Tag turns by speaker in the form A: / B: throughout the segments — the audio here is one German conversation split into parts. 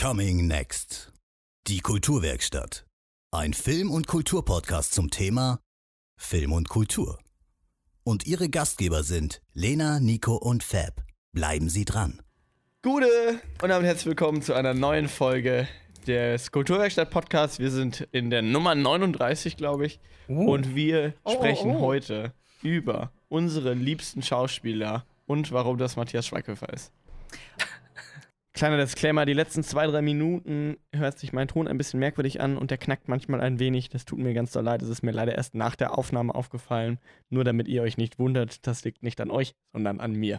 A: Coming Next. Die Kulturwerkstatt. Ein Film- und Kulturpodcast zum Thema Film und Kultur. Und ihre Gastgeber sind Lena, Nico und Fab. Bleiben Sie dran.
B: Gute und damit herzlich willkommen zu einer neuen Folge des Kulturwerkstatt Podcasts. Wir sind in der Nummer 39, glaube ich. Und wir sprechen heute über unsere liebsten Schauspieler und warum das Matthias Schweighöfer ist. Kleiner Disclaimer, die letzten zwei, drei Minuten hört sich mein Ton ein bisschen merkwürdig an und der knackt manchmal ein wenig. Das tut mir ganz doll leid. Es ist mir leider erst nach der Aufnahme aufgefallen. Nur damit ihr euch nicht wundert, das liegt nicht an euch, sondern an mir.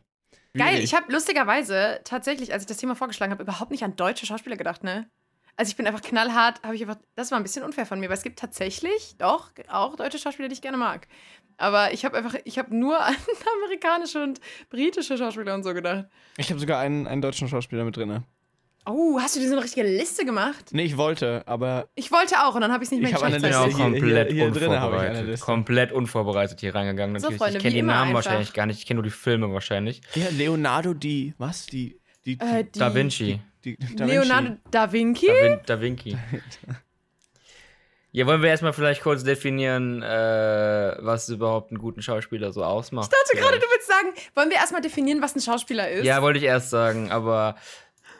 C: Geil,
B: Schwierig.
C: ich habe lustigerweise tatsächlich, als ich das Thema vorgeschlagen habe, überhaupt nicht an deutsche Schauspieler gedacht, ne? Also ich bin einfach knallhart, habe ich einfach, das war ein bisschen unfair von mir, weil es gibt tatsächlich doch auch deutsche Schauspieler, die ich gerne mag. Aber ich habe einfach, ich habe nur an amerikanische und britische Schauspieler und so gedacht.
B: Ich habe sogar einen, einen deutschen Schauspieler mit drin.
C: Oh, hast du dir so eine richtige Liste gemacht?
B: Nee, ich wollte, aber
C: Ich wollte auch und dann habe ich es nicht mehr
B: Ich hab eine
C: geschafft.
B: Liste.
C: weißt
D: Genau,
C: du?
B: hier-
D: komplett
B: hier- hier drin habe ich eine
D: unvorbereitet.
B: Liste.
D: Komplett unvorbereitet hier reingegangen.
C: So,
D: Natürlich.
C: Freunde,
D: ich kenne
C: wie
D: die
C: immer
D: Namen
C: einfach.
D: wahrscheinlich gar nicht. Ich kenne nur die Filme wahrscheinlich.
B: Ja, Leonardo die, was? Die, die, die,
C: Äh, die
D: Da Vinci.
B: die, Da Vinci.
C: Leonardo da Vinci?
D: Da, Vin da Vinci. Ja, wollen wir erstmal vielleicht kurz definieren, äh, was überhaupt einen guten Schauspieler so ausmacht?
C: Ich dachte gerade, du willst sagen, wollen wir erstmal definieren, was ein Schauspieler ist?
D: Ja, wollte ich erst sagen, aber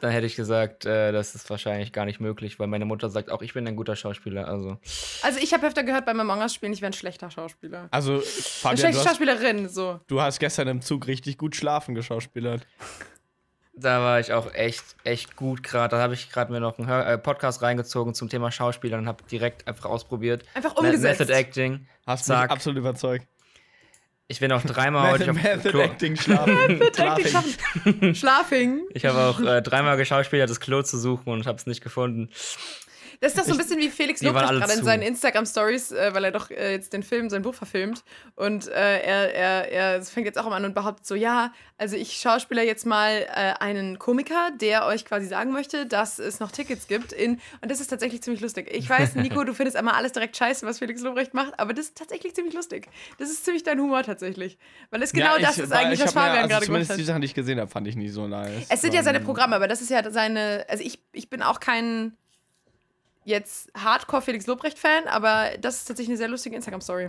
D: dann hätte ich gesagt, äh, das ist wahrscheinlich gar nicht möglich, weil meine Mutter sagt auch, ich bin ein guter Schauspieler. Also,
C: Also ich habe öfter gehört, beim Among Us spielen, ich wäre ein schlechter Schauspieler.
B: Also,
C: Eine
B: Fabian, du
C: schlechte
B: hast,
C: Schauspielerin, so.
B: du hast gestern im Zug richtig gut schlafen geschauspielert.
D: da war ich auch echt, echt gut gerade. Da habe ich gerade mir noch einen Hör äh, Podcast reingezogen zum Thema Schauspieler und habe direkt einfach ausprobiert.
C: Einfach
D: Me-
C: umgesetzt.
D: Method Acting.
B: Hast
D: Zack.
B: mich absolut überzeugt.
D: Ich bin auch
B: Oh,
D: dreimal heute. Ich hab-
B: Method
D: Klo-
B: Acting schlafen.
C: Acting
B: Schlafen.
C: schaffen. Schlafing.
D: Ich habe auch äh, dreimal geschauspielert, das Klo zu suchen und habe es nicht gefunden.
C: Das ist doch so ein bisschen wie Felix
D: Die waren
C: Lobrecht
D: alle
C: gerade in
D: zu.
C: seinen Instagram-Stories, äh, weil er doch äh, jetzt den Film, sein Buch verfilmt. Und äh, er, er, er fängt jetzt auch immer an und behauptet so, ja, also ich schauspieler jetzt mal äh, einen Komiker, der euch quasi sagen möchte, dass es noch Tickets gibt. In, und das ist tatsächlich ziemlich lustig. Ich weiß, Nico, du findest immer alles direkt scheiße, was Felix Lobrecht macht, aber das ist tatsächlich ziemlich lustig. Das ist ziemlich dein Humor tatsächlich. Weil es genau
B: Ja,
C: das
B: ich
C: ist
B: war-
C: eigentlich,
B: ich hab
C: was
B: mir-
C: Fabian
B: also
C: gerade gemacht
B: Zumindest
C: hat.
B: die Sachen, die ich gesehen habe, fand ich nie so nice.
C: Es sind ja seine
B: Ähm,
C: Programme, aber das ist ja seine. Also ich, ich bin auch kein jetzt Hardcore Felix Lobrecht-Fan, aber das ist tatsächlich eine sehr lustige Instagram-Story.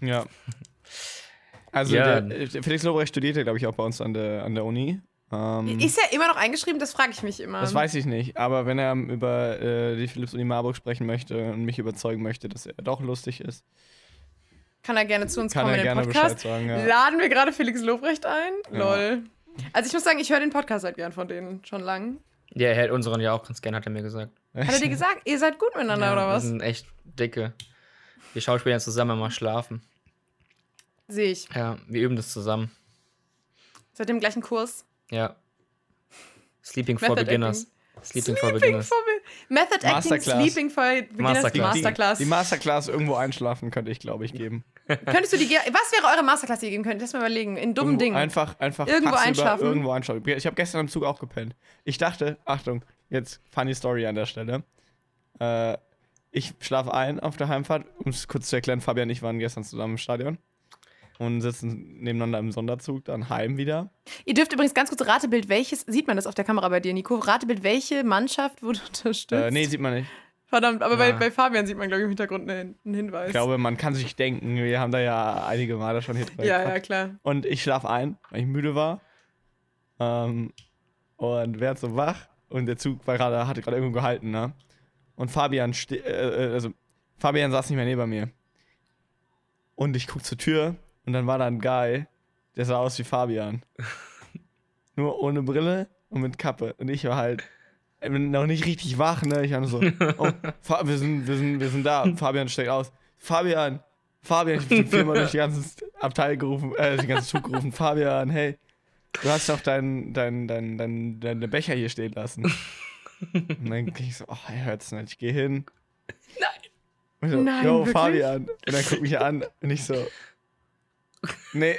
B: Ja. Also,
D: Ja.
B: Der, der Felix Lobrecht studierte, glaube ich, auch bei uns an der, an der Uni. Ähm,
C: Ist ja immer noch eingeschrieben, das frage ich mich immer.
B: Das weiß ich nicht, aber wenn er über äh, die Philips-Uni Marburg sprechen möchte und mich überzeugen möchte, dass er doch lustig ist,
C: Kann er gerne zu uns
B: kann
C: kommen
B: er
C: in den
B: gerne
C: Podcast.
B: Bescheid sagen. Ja.
C: Laden wir gerade Felix Lobrecht ein?
B: Ja.
C: Lol. Also ich muss sagen, ich höre den Podcast halt gern von denen schon lang.
D: Ja, er hält unseren ja auch ganz gern, hat er mir gesagt.
C: Hat er dir gesagt, ihr seid gut miteinander
D: ja,
C: oder
D: Wir
C: was?
D: sind echt dicke. Wir schauspielern zusammen immer schlafen.
C: Sehe ich.
D: Ja, wir üben das zusammen.
C: Seid ihr im gleichen Kurs?
D: Ja. Sleeping for
C: Method
D: Beginners.
C: Acting.
D: Sleeping, for
C: Sleeping
D: Beginners.
C: for Be Method Acting,
B: Masterclass.
C: Sleeping for Beginners
D: Masterclass.
B: Die,
C: Masterclass.
B: Die, die Masterclass irgendwo einschlafen könnte ich, glaube ich, geben.
C: Könntest du die ge- Was wäre eure Masterclass, die ihr geben könnt? Lass mal überlegen. In dummen
B: Irgendwo
C: Dingen.
B: Einfach, einfach
C: Irgendwo
B: tagsüber
C: einschlafen.
B: Irgendwo einschlafen. Ich habe gestern im Zug auch gepennt. Ich dachte, Achtung, jetzt funny Story an der Stelle. Äh, ich schlafe ein auf der Heimfahrt, um es kurz zu erklären. Fabian und ich waren gestern zusammen im Stadion und sitzen nebeneinander im Sonderzug, dann heim wieder.
C: Ihr dürft übrigens ganz kurz Ratebild, welches, sieht man das auf der Kamera bei dir, Nico? Ratebild, welche Mannschaft wurde unterstützt?
B: Äh, nee, sieht man nicht.
C: Verdammt, aber bei,
D: Ja.
C: bei Fabian sieht man, glaube ich, im Hintergrund einen, einen Hinweis.
B: Ich glaube, man kann sich denken, wir haben da ja einige Male schon hier
C: ja, ja, klar.
B: Und ich schlaf ein, weil ich müde war. Ähm, und werd so wach. Und der Zug war gerade, hatte gerade irgendwo gehalten, ne? Und Fabian, ste- äh, äh, also Fabian saß nicht mehr neben mir. Und ich guck zur Tür und dann war da ein Guy, der sah aus wie Fabian. nur ohne Brille und mit Kappe. Und ich war halt äh, noch nicht richtig wach, ne? Ich war nur so, oh, Fa wir, sind, wir, sind, wir sind da. Fabian steigt aus. Fabian, Fabian, ich bin viermal durch die ganze Abteil gerufen, äh, den ganzen Zug gerufen. Fabian, hey, du hast doch deinen dein, dein, dein, deine Becher hier stehen lassen. Und dann ging ich so, oh, er hört's nicht, ich gehe hin. Nein. So,
C: Nein,
B: Yo,
C: wirklich?
B: Fabian. Und dann guckt mich er an und ich so, nee,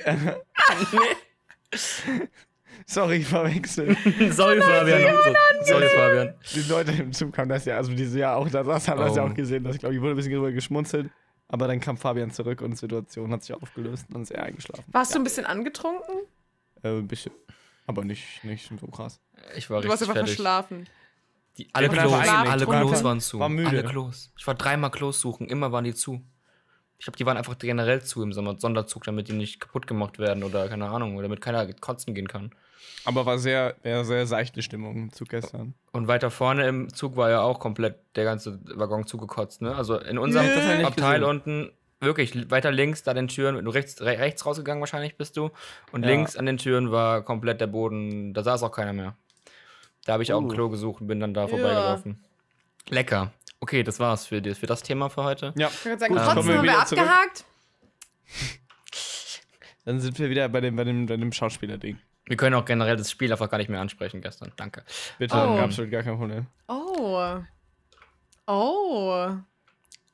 B: sorry, verwechselt.
D: Sorry, Fabian. Sorry, Fabian.
B: Die Leute im Zug haben das ja, also diese ja auch, da saß, haben das ja
D: Oh.
B: auch gesehen, dass ich glaube, ich wurde ein bisschen drüber geschmunzelt. Aber dann kam Fabian zurück und die Situation hat sich aufgelöst und dann ist er eingeschlafen.
C: Warst du ein bisschen angetrunken?
B: Äh, ein bisschen. Aber nicht, nicht so krass.
D: Ich war
C: Du
D: richtig
C: warst einfach
D: fertig.
C: verschlafen.
D: Die, alle
B: Ich bin einfach
D: Klos,
B: eingenickt.
D: alle
B: War einfach-
D: Klos waren zu.
B: war müde.
D: Alle Klos. Ich war dreimal Klos suchen, immer waren die zu. Ich glaube, die waren einfach generell zu im Sommer, Sonderzug, damit die nicht kaputt gemacht werden oder keine Ahnung, oder damit keiner kotzen gehen kann.
B: Aber war sehr, ja, sehr seichte Stimmung zu gestern.
D: Und weiter vorne im Zug war ja auch komplett der ganze Waggon zugekotzt, ne? Also in unserem
B: Nee. Das hab ich nicht
D: Abteil
B: gesehen.
D: unten, wirklich, weiter links, da den Türen, du rechts, re rechts rausgegangen wahrscheinlich bist du. Und
B: Ja.
D: links an den Türen war komplett der Boden, da saß auch keiner mehr. Da habe ich auch ein
B: Uh.
D: Klo gesucht und bin dann da vorbeigelaufen. Lecker. Okay, das war's für, die, für das Thema für heute.
B: Ja,
C: Ich würde sagen,
B: Gut,
C: trotzdem
B: kommen wir
C: haben wir
B: wieder zurück.
C: abgehakt.
B: dann sind wir wieder bei dem, bei dem, bei dem Schauspieler-Ding.
D: Wir können auch generell das Spiel einfach gar nicht mehr ansprechen gestern. Danke.
B: Bitte,
C: Oh.
B: absolut gar kein Problem.
C: Oh. Oh.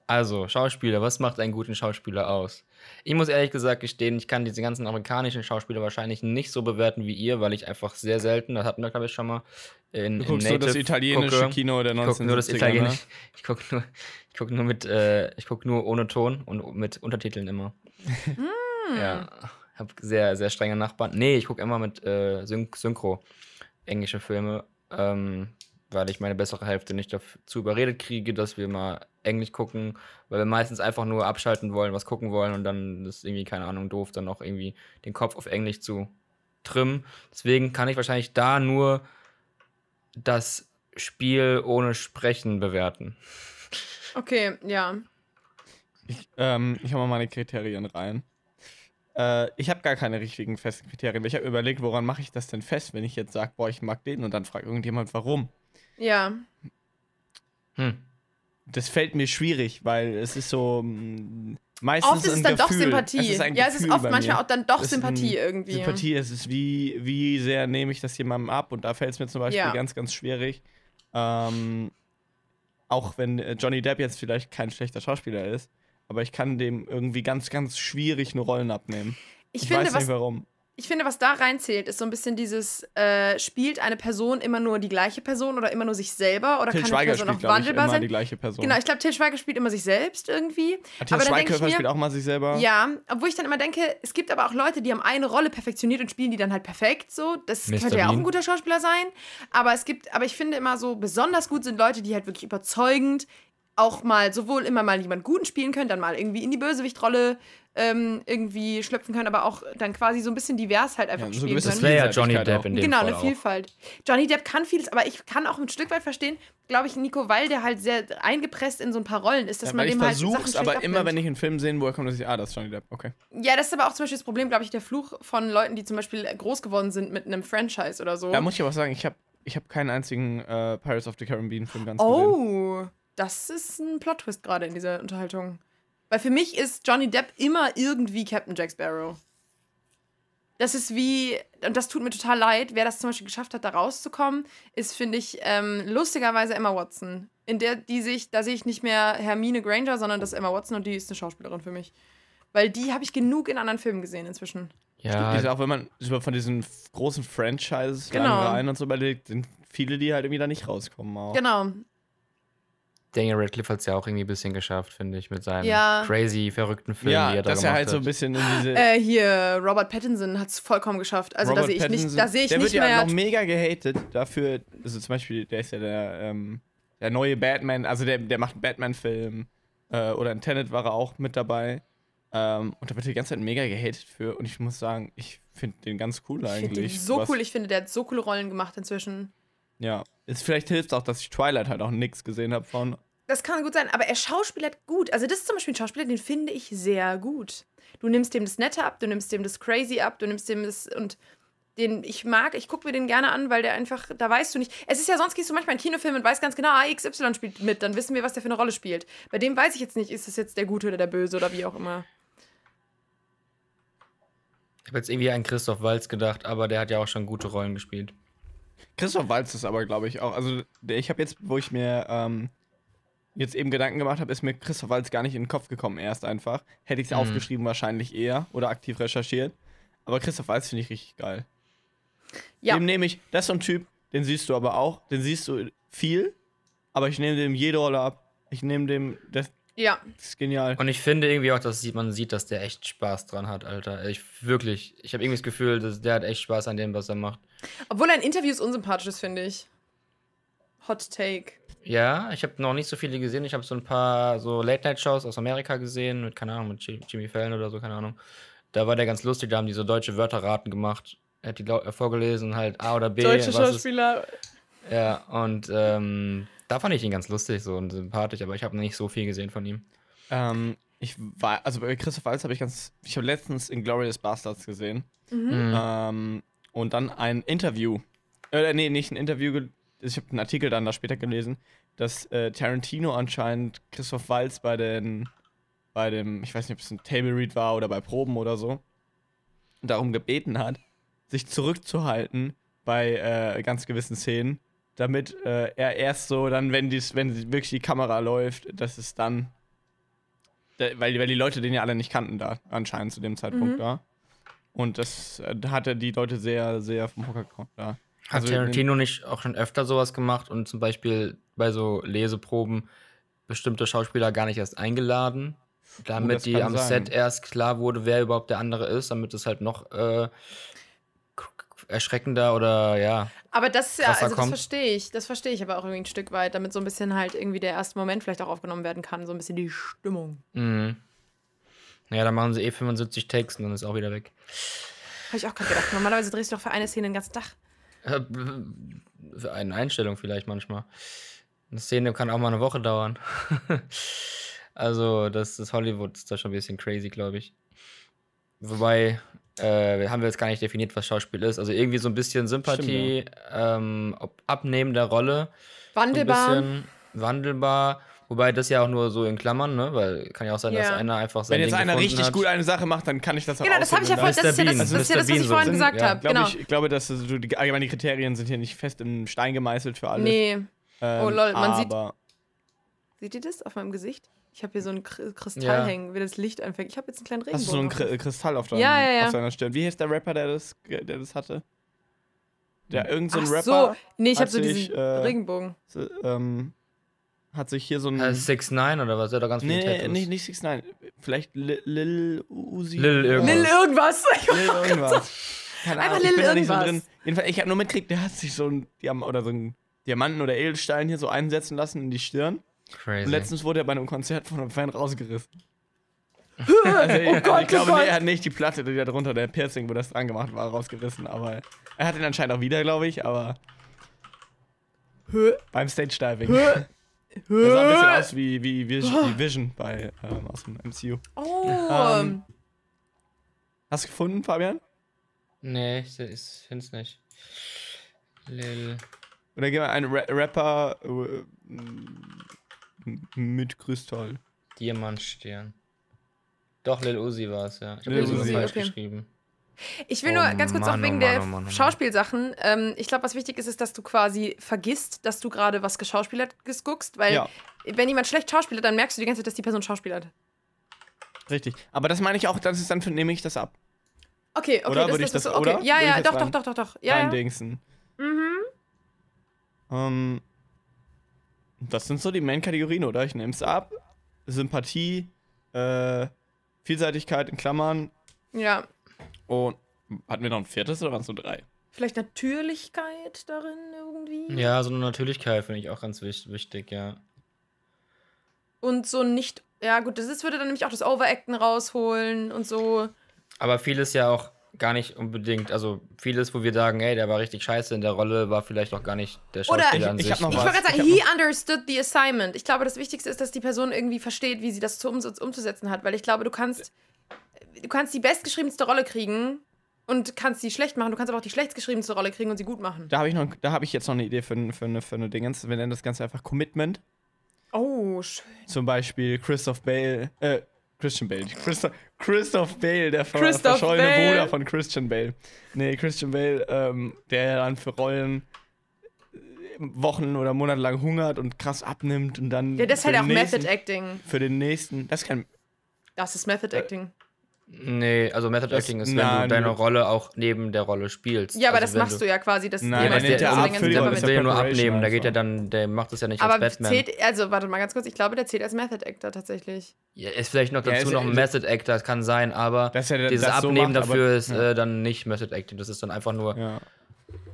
D: Also, Schauspieler, was macht einen guten Schauspieler aus? Ich muss ehrlich gesagt gestehen, ich kann diese ganzen amerikanischen Schauspieler wahrscheinlich nicht so bewerten wie ihr, weil ich einfach sehr selten, das hatten wir glaube ich schon mal, in,
B: Du
D: in
B: guckst nur das
D: Native
B: italienische
D: gucke.
B: Kino der
D: Ich
B: 1970er.
D: gucke nur das
B: ne?
D: italienische. Ich gucke nur, ich guck nur mit, äh, ich guck nur ohne Ton und mit Untertiteln immer. Ja, habe sehr, sehr strenge Nachbarn. Nee, ich gucke immer mit äh, Syn Synchro englische Filme, ähm, weil ich meine bessere Hälfte nicht dazu überredet kriege, dass wir mal Englisch gucken, weil wir meistens einfach nur abschalten wollen, was gucken wollen und dann ist irgendwie, keine Ahnung, doof, dann auch irgendwie den Kopf auf Englisch zu trimmen. Deswegen kann ich wahrscheinlich da nur das Spiel ohne Sprechen bewerten.
C: Okay, ja.
B: Ich, ähm, ich hau mal meine Kriterien rein. Äh, ich habe gar keine richtigen festen Kriterien. weil Ich habe überlegt, woran mache ich das denn fest, wenn ich jetzt sage, boah, ich mag den und dann fragt irgendjemand, warum.
C: Ja.
D: Hm.
B: Das fällt mir schwierig, weil es ist so mh, meistens
C: oft ist es
B: ein
C: dann doch
B: Gefühl.
C: Sympathie.
B: Es ist ein
C: ja, es ist
B: Gefühl
C: oft
B: bei
C: manchmal
B: mir.
C: auch dann doch
B: Das ist
C: Sympathie
B: ein-
C: irgendwie.
B: Sympathie es ist wie, wie sehr nehme ich das jemandem ab und da fällt es mir zum Beispiel
C: Ja.
B: ganz, ganz schwierig. Ähm, auch wenn äh, Johnny Depp jetzt vielleicht kein schlechter Schauspieler ist, aber ich kann dem irgendwie ganz, ganz schwierig eine Rollen abnehmen.
C: Ich, finde,
B: weiß
C: was,
B: nicht warum.
C: ich finde, was da reinzählt, ist so ein bisschen dieses, äh, spielt eine Person immer nur die gleiche Person oder immer nur sich selber oder
B: Till
C: kann die
B: Schweiger
C: Person
B: spielt,
C: auch
B: glaube ich,
C: wandelbar
B: immer die
C: sein?
B: gleiche Person.
C: Genau, ich glaube, Til Schweiger spielt immer sich selbst irgendwie.
B: Till
C: aber dann denke ich
B: Schweighöfer
C: mir-
B: spielt auch mal sich selber.
C: Ja, obwohl ich dann immer denke, es gibt aber auch Leute, die haben eine Rolle perfektioniert und spielen die dann halt perfekt so. Das
D: Mr.
C: könnte ja auch
D: Bean.
C: ein guter Schauspieler sein. Aber es gibt, aber ich finde immer so, besonders gut sind Leute, die halt wirklich überzeugend auch mal sowohl immer mal jemand Guten spielen können, dann mal irgendwie in die Bösewichtrolle ähm, irgendwie schlüpfen können, aber auch dann quasi so ein bisschen divers halt einfach
B: Ja, so
C: spielen
B: gewisses
C: können.
D: Das wäre ja
B: Vielseitigkeit
D: Johnny Depp
B: auch.
D: in dem
C: Genau,
D: Fall
C: eine
D: auch.
C: Vielfalt. Johnny Depp kann vieles, aber ich kann auch ein Stück weit verstehen, glaube ich, Nico, weil der halt sehr eingepresst in so ein paar Rollen ist, dass
B: Ja,
C: man
B: weil ich
C: dem halt Sachen
B: versuch's,
C: schlecht
B: aber immer
C: abnimmt.
B: wenn ich einen Film sehe, wo er kommt, dass ich, ah, das ist Johnny Depp, okay.
C: Ja, das ist aber auch zum Beispiel das Problem, glaube ich, der Fluch von Leuten, die zum Beispiel groß geworden sind mit einem Franchise oder so.
B: Da muss ich aber sagen, ich habe ich hab keinen einzigen äh, Pirates of the Caribbean Film ganz gesehen.
C: oh, das ist ein Plot-Twist gerade in dieser Unterhaltung. Weil für mich ist Johnny Depp immer irgendwie Captain Jack Sparrow. Das ist wie, und das tut mir total leid, wer das zum Beispiel geschafft hat, da rauszukommen, ist, finde ich, ähm, lustigerweise Emma Watson. In der, die sich, da sehe ich nicht mehr Hermine Granger, sondern das ist Emma Watson und die ist eine Schauspielerin für mich. Weil die habe ich genug in anderen Filmen gesehen inzwischen.
D: Ja,
B: Diese, auch wenn man über- von diesen f- großen Franchises
C: Genau.
B: rein und so überlegt, sind viele, die halt irgendwie da nicht rauskommen. Auch.
C: Genau.
D: Daniel Radcliffe hat es ja auch irgendwie ein bisschen geschafft, finde ich, mit seinen
C: Ja.
D: crazy, verrückten Filmen, die
B: Ja,
D: er da
B: dass
D: gemacht
B: er halt so ein
D: hat.
B: bisschen in diese.
C: Äh, hier, Robert Pattinson hat es vollkommen geschafft. Also da
B: Robert
C: sehe ich nicht,
B: Pattinson-
C: da sehe ich
B: der
C: nicht
B: wird ja
C: mehr.
B: noch mega gehatet dafür. Also zum Beispiel, der ist ja der, ähm, der neue Batman, also der, der macht einen Batman-Film. Äh, oder in Tenet war er auch mit dabei. Ähm, und da wird die ganze Zeit mega gehatet für. Und ich muss sagen, ich finde den ganz cool
C: ich finde den
B: eigentlich.
C: so
B: was-
C: cool, ich finde, der hat so coole Rollen gemacht inzwischen.
B: Ja. Ist, vielleicht hilft es auch, dass ich Twilight halt auch nix gesehen habe von.
C: Das kann gut sein, aber er schauspielert gut. Also das ist zum Beispiel ein Schauspieler, den finde ich sehr gut. Du nimmst dem das Nette ab, du nimmst dem das Crazy ab, du nimmst dem das und den ich mag, ich gucke mir den gerne an, weil der einfach, da weißt du nicht. Es ist ja, sonst gehst du manchmal in Kinofilme und weißt ganz genau, ah, XY spielt mit, dann wissen wir, was der für eine Rolle spielt. Bei dem weiß ich jetzt nicht, ist das jetzt der Gute oder der Böse oder wie auch immer.
D: Ich habe jetzt irgendwie an Christoph Walz gedacht, aber der hat ja auch schon gute Rollen gespielt.
B: Christoph Walz ist aber, glaube ich, auch. Also, der, ich habe jetzt, wo ich mir ähm, jetzt eben Gedanken gemacht habe, ist mir Christoph Walz gar nicht in den Kopf gekommen, erst einfach. Hätte ich es aufgeschrieben, wahrscheinlich eher oder aktiv recherchiert. Aber Christoph Walz finde ich richtig geil.
C: Ja.
B: Dem nehme ich, das ist so ein Typ, den siehst du aber auch, den siehst du viel, aber ich nehme dem jede Rolle ab. Ich nehme dem, das
C: Ja,
B: ist genial.
D: Und ich finde irgendwie auch, dass sieht- man sieht, dass der echt Spaß dran hat, Alter. Ich wirklich, ich habe irgendwie das Gefühl, dass der hat echt Spaß an dem, was er macht.
C: Obwohl er in Interviews unsympathisch ist, finde ich. Hot Take.
D: Ja, ich habe noch nicht so viele gesehen. Ich habe so ein paar so Late-Night-Shows aus Amerika gesehen, mit, keine Ahnung, mit Ji- Jimmy Fallon oder so, keine Ahnung. Da war der ganz lustig, da haben die so deutsche Wörterraten gemacht. Er hat die lau- äh, vorgelesen, halt A oder B.
C: Deutsche
D: was ist-
C: Schauspieler.
D: Ja, und ähm, da fand ich ihn ganz lustig so und sympathisch, aber ich habe nicht so viel gesehen von ihm.
B: Ähm, ich war, also bei Christoph Waltz habe ich ganz, ich habe letztens Inglourious Bastards gesehen.
C: Mhm.
D: Mhm.
B: Ähm, und dann ein Interview. Äh, nee, nicht ein Interview. ge- Ich habe einen Artikel dann da später gelesen, dass äh, Tarantino anscheinend Christoph Walz bei den, bei dem, ich weiß nicht, ob es ein Table Read war oder bei Proben oder so, darum gebeten hat, sich zurückzuhalten bei äh, ganz gewissen Szenen, damit äh, er erst so dann, wenn dies, wenn die- wirklich die Kamera läuft, dass es dann, da, weil, weil die Leute den ja alle nicht kannten da anscheinend zu dem Zeitpunkt
C: Mhm.
B: da. Und das äh, hatte die Leute sehr, sehr vom Hocker gehauen da.
D: Hat
B: Also
D: Tarantino nicht auch schon öfter sowas gemacht und zum Beispiel bei so Leseproben bestimmte Schauspieler gar nicht erst eingeladen, damit
B: Oh, das
D: die
B: kann
D: am
B: sein.
D: Set erst klar wurde, wer überhaupt der andere ist, damit es halt noch äh, k- k- erschreckender oder ja.
C: Aber das ist ja,
D: Krasser
C: also das
D: kommt.
C: verstehe ich. Das verstehe ich aber auch irgendwie ein Stück weit, damit so ein bisschen halt irgendwie der erste Moment vielleicht auch aufgenommen werden kann. So ein bisschen die Stimmung.
D: Mhm. Naja, dann machen sie eh 75 Takes und dann ist auch wieder weg.
C: Habe ich auch gerade gedacht. Normalerweise drehst du doch für eine Szene den ganzen Tag.
D: Äh, b- Für eine Einstellung vielleicht manchmal. Eine Szene kann auch mal eine Woche dauern. also, das ist Hollywood, ist da schon ein bisschen crazy, glaube ich. Wobei, äh, wir haben wir jetzt gar nicht definiert, was Schauspiel ist. Also irgendwie so ein bisschen Sympathie, ähm, ob abnehmen der Rolle. So ein
C: Wandelbar.
D: bisschen wandelbar. Wobei das ja auch nur so in Klammern, ne? Weil kann ja auch sein, dass
C: Ja.
D: einer einfach sein
B: Wenn jetzt
D: Ding
B: einer
D: gefunden
B: richtig
D: hat.
B: gut eine Sache macht, dann kann ich das auch
C: Genau, das habe ich ja
B: aushebeln.
C: voll. Das ist ja das,
D: Mr.
C: das, ist ja
D: Bean
C: das was ich
D: so
C: vorhin
D: sind,
C: gesagt
D: ja.
C: habe.
B: Glaub
C: Genau.
B: ich, ich glaube, dass so die allgemeinen Kriterien sind hier nicht fest im Stein gemeißelt für alles.
C: nee.
B: Ähm,
C: Oh, lol, man sieht-
B: aber
C: Seht ihr das auf meinem Gesicht? Ich habe hier so einen Kr- Kristall
D: Ja.
C: hängen, wie das Licht anfängt. Ich habe jetzt einen kleinen Regenbogen.
B: Hast du so einen
C: auf-
B: Kri- Kristall auf, deinem,
C: Ja, ja, ja.
B: auf seiner Stirn? Wie hieß der Rapper, der das, ge- der das hatte? Der irgend so ein
C: Ach so.
B: Rapper
C: Nee, ich habe
B: hat
C: so
B: sich,
C: diesen
B: äh,
C: Regenbogen.
B: so, ähm, hat sich hier so ein.
D: Äh, 6 9 oder was? Der hat doch ganz viele
B: nee,
D: Tattoos.
B: nicht, nicht 6 9 Vielleicht Li- Lil Uzi.
D: Lil irgendwas.
C: Lil irgendwas.
B: Lil irgendwas. Keine
C: Einfach
B: Ahnung, ich
C: Lil
B: bin da nicht so drin.
C: irgendwas.
B: Jedenfalls, ich habe nur mitgekriegt, der hat sich so ein, Diam oder so ein Diamanten oder Edelstein hier so einsetzen lassen in die Stirn.
D: Crazy.
C: Mhm.
B: Und letztens wurde er bei einem Konzert von einem Fan rausgerissen. also, ich-
C: Gott,
B: ich glaube,
C: oh Gott.
B: Nee, er hat nicht die Platte, die da drunter, der Piercing, wo das dran gemacht war, rausgerissen. Aber er hat ihn anscheinend auch wieder, glaube ich, aber
C: Hö,
B: beim Stage-Diving.
C: hö,
B: Der sah ein bisschen
C: hö.
B: aus wie, wie, wie, wie Vision bei, ähm, aus dem MCU.
C: Oh.
B: Ähm, Hast du gefunden, Fabian?
D: Nee, ich, se- ich finde es nicht. Lil.
B: Oder gehen wir einen Ra Rapper äh, m- mit Kristall?
D: Diamantstern. Doch, Lil Uzi war es, ja. Ich habe
B: Lil
D: Lil Uzi
B: Uzi,
D: falsch
C: okay.
D: geschrieben.
C: Ich will
D: Oh
C: nur ganz kurz noch
D: Mann, oh
C: wegen
D: Mann,
C: der
D: oh Mann, oh Mann.
C: Schauspielsachen. Ähm, ich glaube, was wichtig ist, ist, dass du quasi vergisst, dass du gerade was geschauspielert guckst, weil
B: Ja.
C: wenn jemand schlecht schauspielert, dann merkst du die ganze Zeit, dass die Person schauspielert.
B: Richtig. Aber das meine ich auch, das ist dann nehme ich das ab.
C: Okay, okay,
B: Oder?
C: das,
B: Würde
C: das,
B: ich
C: das,
B: das-
C: okay.
B: oder?
C: Ja,
B: Würde
C: ja,
B: ich das
C: doch, doch,
B: rein-
C: doch, doch, doch.
B: Ja,
C: Ja, ja.
B: Dingsen.
C: Mhm.
B: Ähm, das sind so die Main-Kategorien, oder? Ich nehme es ab. Sympathie, äh, Vielseitigkeit in Klammern
C: ja.
B: und hatten wir noch ein viertes oder waren es nur drei?
C: Vielleicht Natürlichkeit darin irgendwie.
D: Ja, so eine Natürlichkeit finde ich auch ganz wich- wichtig, ja.
C: Und so nicht. Ja, gut, das ist, würde dann nämlich auch das Overacten rausholen und so.
D: Aber vieles ja auch gar nicht unbedingt. Also, vieles, wo wir sagen, ey, der war richtig scheiße in der Rolle, war vielleicht auch gar nicht der
C: Oder-
D: Schauspieler
B: Ich-
D: an
B: ich
D: sich.
B: hab noch
C: Ich
B: was.
C: wollte gerade sagen,
B: Ich hab
C: he understood the assignment. Ich glaube, das Wichtigste ist, dass die Person irgendwie versteht, wie sie das zu umsatz- umzusetzen hat, weil ich glaube, du kannst, du kannst die bestgeschriebenste Rolle kriegen und kannst sie schlecht machen, du kannst aber auch die schlechtgeschriebenste Rolle kriegen und sie gut machen.
B: Da habe ich, noch- da hab ich jetzt noch eine Idee für, für, eine, für eine Dingens. Wir nennen das Ganze einfach Commitment.
C: Oh, schön.
B: Zum Beispiel Christoph Bale, äh, Christian Bale. Christoph, Christoph Bale, der ver
C: Christoph
B: verschollene
C: Bale.
B: Bruder von Christian Bale. Nee, Christian Bale, ähm, der dann für Rollen äh, Wochen oder Monate lang hungert und krass abnimmt und dann.
C: Ja, das ist
B: für
C: halt auch
B: den nächsten,
C: Method Acting.
B: Für den nächsten. Das kann.
C: Das ist Method Acting.
D: Nee, also Method
B: Das-
D: Acting ist, wenn
B: nein,
D: du deine
B: du-
D: Rolle auch neben der Rolle spielst.
C: Ja, aber
D: also
C: das machst du ja quasi. Das
B: Nein,
D: Ja,
B: der
D: aber
C: das
D: der,
B: nimmt
D: der,
B: ja ab
D: ab
B: für die also.
D: der,
B: Rolle,
C: aber
B: ist
D: will ja nur
B: Preparation
D: abnehmen, da geht ja
B: einfach.
D: dann, der macht das ja nicht als
C: aber
D: Batman.
C: zählt, also warte mal ganz kurz, ich glaube, der zählt als Method Actor tatsächlich.
D: Ja, ist vielleicht noch
B: Ja,
D: dazu
B: ist-
D: noch ein Method Actor, das kann sein, aber
B: Dass er
D: dieses
B: das so
D: Abnehmen
B: macht, aber-
D: dafür ist
B: ja.
D: äh, dann nicht Method Acting. Das ist dann einfach nur.
B: Ja.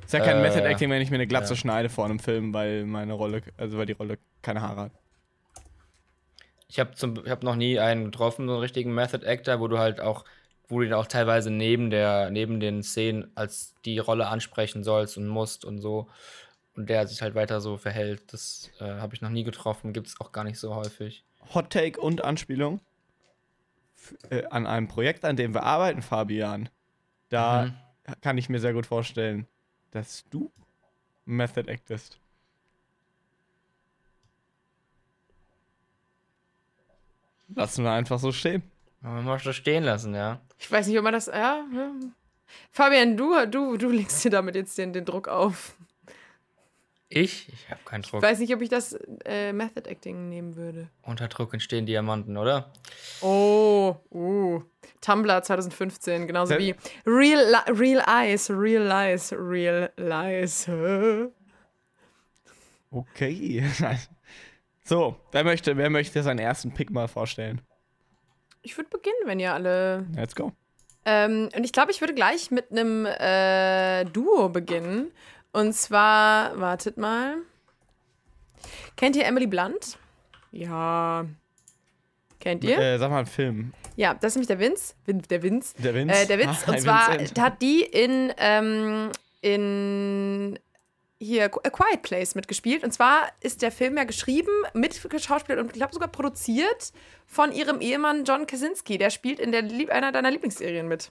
B: Ist ja kein
D: Äh,
B: Method Acting, wenn ich mir eine Glatze
D: ja.
B: schneide vor einem Film, weil meine Rolle, also weil die Rolle keine Haare hat.
D: Ich habe hab noch nie einen getroffen, so einen richtigen Method Actor, wo du halt auch, wo du ihn auch teilweise neben der, neben den Szenen als die Rolle ansprechen sollst und musst und so. Und der sich halt weiter so verhält. Das äh, habe ich noch nie getroffen, gibt es auch gar nicht so häufig.
B: Hot Take und Anspielung F äh, an einem Projekt, an dem wir arbeiten, Fabian. Da
D: Mhm.
B: kann ich mir sehr gut vorstellen, dass du Method Actest. Lassen wir einfach so stehen.
D: Man muss das stehen lassen, ja.
C: Ich weiß nicht, ob man das. Ja, ja. Fabian, du, du, du legst dir damit jetzt den, den Druck auf.
D: Ich? Ich habe keinen
C: Ich
D: Druck.
C: weiß nicht, ob ich das äh, Method Acting nehmen würde.
D: Unter Druck entstehen Diamanten, oder?
C: Oh, uh. Tumblr 2015, genauso
B: Sel-
C: wie Real, Li- Real Eyes, Real Lies, Real Lies. Hä?
B: Okay. so, wer möchte, wer möchte seinen ersten Pick mal vorstellen?
C: Ich würde beginnen, wenn ihr alle.
B: Let's go.
C: Ähm, und ich glaube, ich würde gleich mit einem äh, Duo beginnen. Und zwar, wartet mal. Kennt ihr Emily Blunt? Ja. Kennt ihr?
B: Äh, sag mal einen Film.
C: Ja, das ist nämlich der Vince. Vin, der Vince.
B: Der Vince.
C: Äh, der Witz.
B: Ah, Hi,
C: und zwar
B: Vincent.
C: hat die in, ähm, in hier A Quiet Place mitgespielt. Und zwar ist der Film ja geschrieben, mitgeschauspielt und ich glaube sogar produziert von ihrem Ehemann John Kaczynski. Der spielt in der Lieb einer deiner Lieblingsserien mit.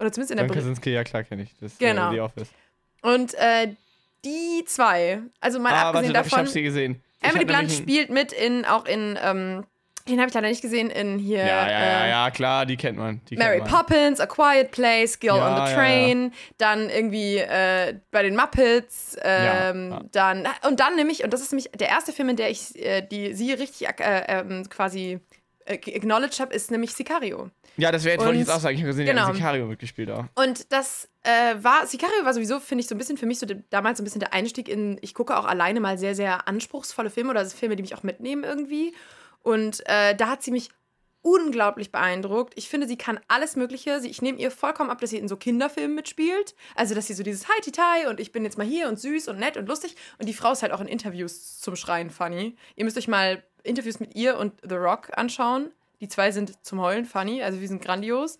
C: Oder zumindest in der
B: John
C: Brit
B: Krasinski, ja klar kenne ich. Das ist
C: Genau.
B: äh, The Office.
C: Und äh, die zwei, also mal
B: Ah, warte,
C: abgesehen
B: doch, ich
C: davon,
B: hab sie gesehen. Ich
C: Emily
B: hab
C: Blunt
B: nämlich ein-
C: spielt mit in, auch in, ähm, den habe ich leider nicht gesehen, in hier
B: Ja, ja, ja,
C: äh,
B: ja, klar, die kennt man. Die
C: Mary
B: kennt man.
C: Poppins, A Quiet Place, Girl
B: Ja,
C: on the
B: ja,
C: Train, dann irgendwie äh, bei den Muppets, ähm,
B: ja.
C: dann und dann nämlich und das ist nämlich der erste Film, in der ich äh, die sie richtig äh, ähm, quasi äh, acknowledged habe, ist nämlich Sicario.
B: Ja, das wäre jetzt, wollte ich
C: Und-
B: jetzt auch sagen. Ich habe gesehen, die
C: genau.
B: hat in Sicario mitgespielt auch.
C: Und das äh, war, Sicario war sowieso, finde ich, so ein bisschen für mich so de- damals so ein bisschen der Einstieg in, ich gucke auch alleine mal sehr, sehr anspruchsvolle Filme oder Filme, die mich auch mitnehmen irgendwie. Und äh, da hat sie mich unglaublich beeindruckt. Ich finde, sie kann alles Mögliche. Sie, ich nehme ihr vollkommen ab, dass sie in so Kinderfilmen mitspielt. Also, dass sie so dieses Hi, Titai und ich bin jetzt mal hier und süß und nett und lustig. Und die Frau ist halt auch in Interviews zum Schreien funny. Ihr müsst euch mal Interviews mit ihr und The Rock anschauen. Die zwei sind zum Heulen funny, also wir sind grandios.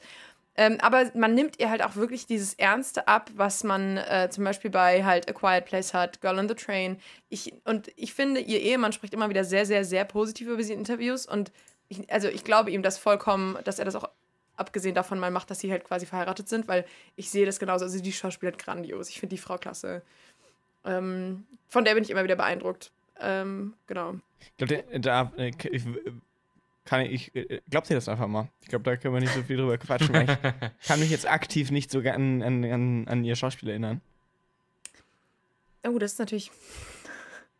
C: Ähm, aber man nimmt ihr halt auch wirklich dieses Ernste ab, was man äh, zum Beispiel bei halt A Quiet Place hat, Girl on the Train. Ich, und ich finde, ihr Ehemann spricht immer wieder sehr, sehr, sehr positiv über sie in Interviews. Und ich, also ich glaube ihm das vollkommen, dass er das auch abgesehen davon mal macht, dass sie halt quasi verheiratet sind, weil ich sehe das genauso. Also die schauspielt grandios. Ich finde die Frau klasse. Ähm, von der bin ich immer wieder beeindruckt. Ähm, genau.
B: Ich glaube, da äh, k- ich, äh, kann ich, äh, glaubt ihr das einfach mal? Ich glaube, da können wir nicht so viel drüber quatschen. weil ich kann mich jetzt aktiv nicht so an, an, an, an ihr Schauspiel erinnern.
C: Oh, das ist natürlich.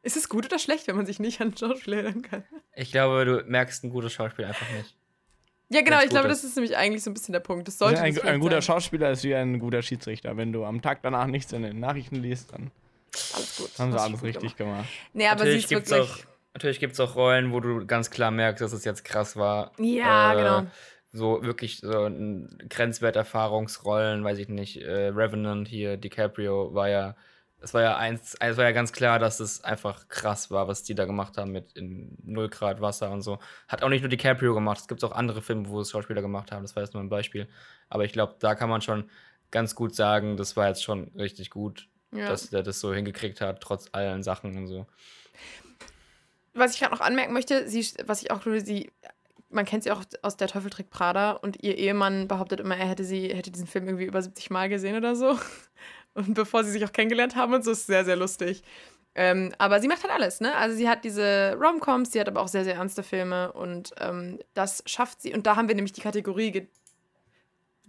C: Ist es gut oder schlecht, wenn man sich nicht an Schauspieler erinnern kann?
D: Ich glaube, du merkst ein gutes Schauspiel einfach nicht.
C: Ja, genau,
D: Wenn's
C: ich glaube,
D: gut
C: das
D: ist.
C: ist nämlich eigentlich so ein bisschen der Punkt. Das sollte
B: Also ein,
C: das
B: ein
C: vielleicht
B: guter
C: sein.
B: Schauspieler ist wie ein guter Schiedsrichter. Wenn du am Tag danach nichts in den Nachrichten liest, dann
C: Alles gut.
B: haben sie
C: Hast du
B: alles
C: gut
B: richtig
C: gemacht.
B: gemacht.
C: Nee, aber sie
D: natürlich
C: ist
D: gibt's
C: wirklich.
D: auch, natürlich gibt's auch Rollen, wo du ganz klar merkst, dass es jetzt krass war.
C: Ja,
D: Äh,
C: genau.
D: So wirklich so ein Grenzwerterfahrungsrollen, weiß ich nicht. Äh, Revenant hier, DiCaprio war ja, es war ja eins, es war ja ganz klar, dass es einfach krass war, was die da gemacht haben mit in 0 Grad Wasser und so. Hat auch nicht nur DiCaprio gemacht, es gibt auch andere Filme, wo es Schauspieler gemacht haben, das war jetzt nur ein Beispiel. Aber ich glaube, da kann man schon ganz gut sagen, das war jetzt schon richtig gut,
C: Ja.
D: dass der das so hingekriegt hat, trotz allen Sachen und so.
C: was ich gerade noch anmerken möchte, sie, was ich auch glaube, sie, man kennt sie auch aus der Teufel trägt Prada und ihr Ehemann behauptet immer, er hätte sie, hätte diesen Film irgendwie über 70 Mal gesehen oder so. Und bevor sie sich auch kennengelernt haben und so, ist sehr, sehr lustig. Ähm, aber sie macht halt alles, ne? Also sie hat diese Romcoms, sie hat aber auch sehr, sehr ernste Filme und ähm, das schafft sie. Und da haben wir nämlich die Kategorie, ge-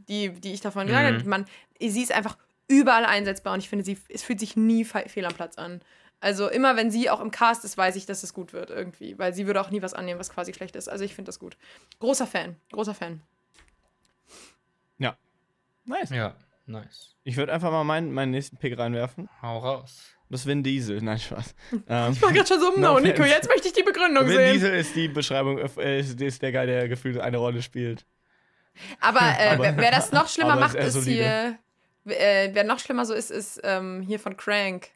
C: die, die ich davon gesagt
D: Mhm.
C: habe. Man, sie ist einfach überall einsetzbar und ich finde, sie, es fühlt sich nie fe fehl am Platz an. Also immer, wenn sie auch im Cast ist, weiß ich, dass es gut wird irgendwie. Weil sie würde auch nie was annehmen, was quasi schlecht ist. Also ich finde das gut. Großer Fan, großer Fan.
B: Nice.
D: Ja, nice.
B: Ich würde einfach mal meinen, meinen nächsten Pick reinwerfen.
D: Hau raus.
B: Das ist Vin Diesel. Nein, Spaß. Ähm,
C: Ich war gerade schon so,
B: No
C: no, Nico,
B: offense.
C: jetzt möchte ich die Begründung
B: Vin
C: sehen.
B: Diesel ist die Beschreibung, äh, ist, ist der Guy, der gefühlt eine Rolle spielt.
C: Aber, äh,
B: Aber-
C: wer wer das noch schlimmer
B: aber
C: macht,
B: ist eher
C: ist
B: solide.
C: hier Äh, wer noch schlimmer so ist, ist ähm, hier von Crank.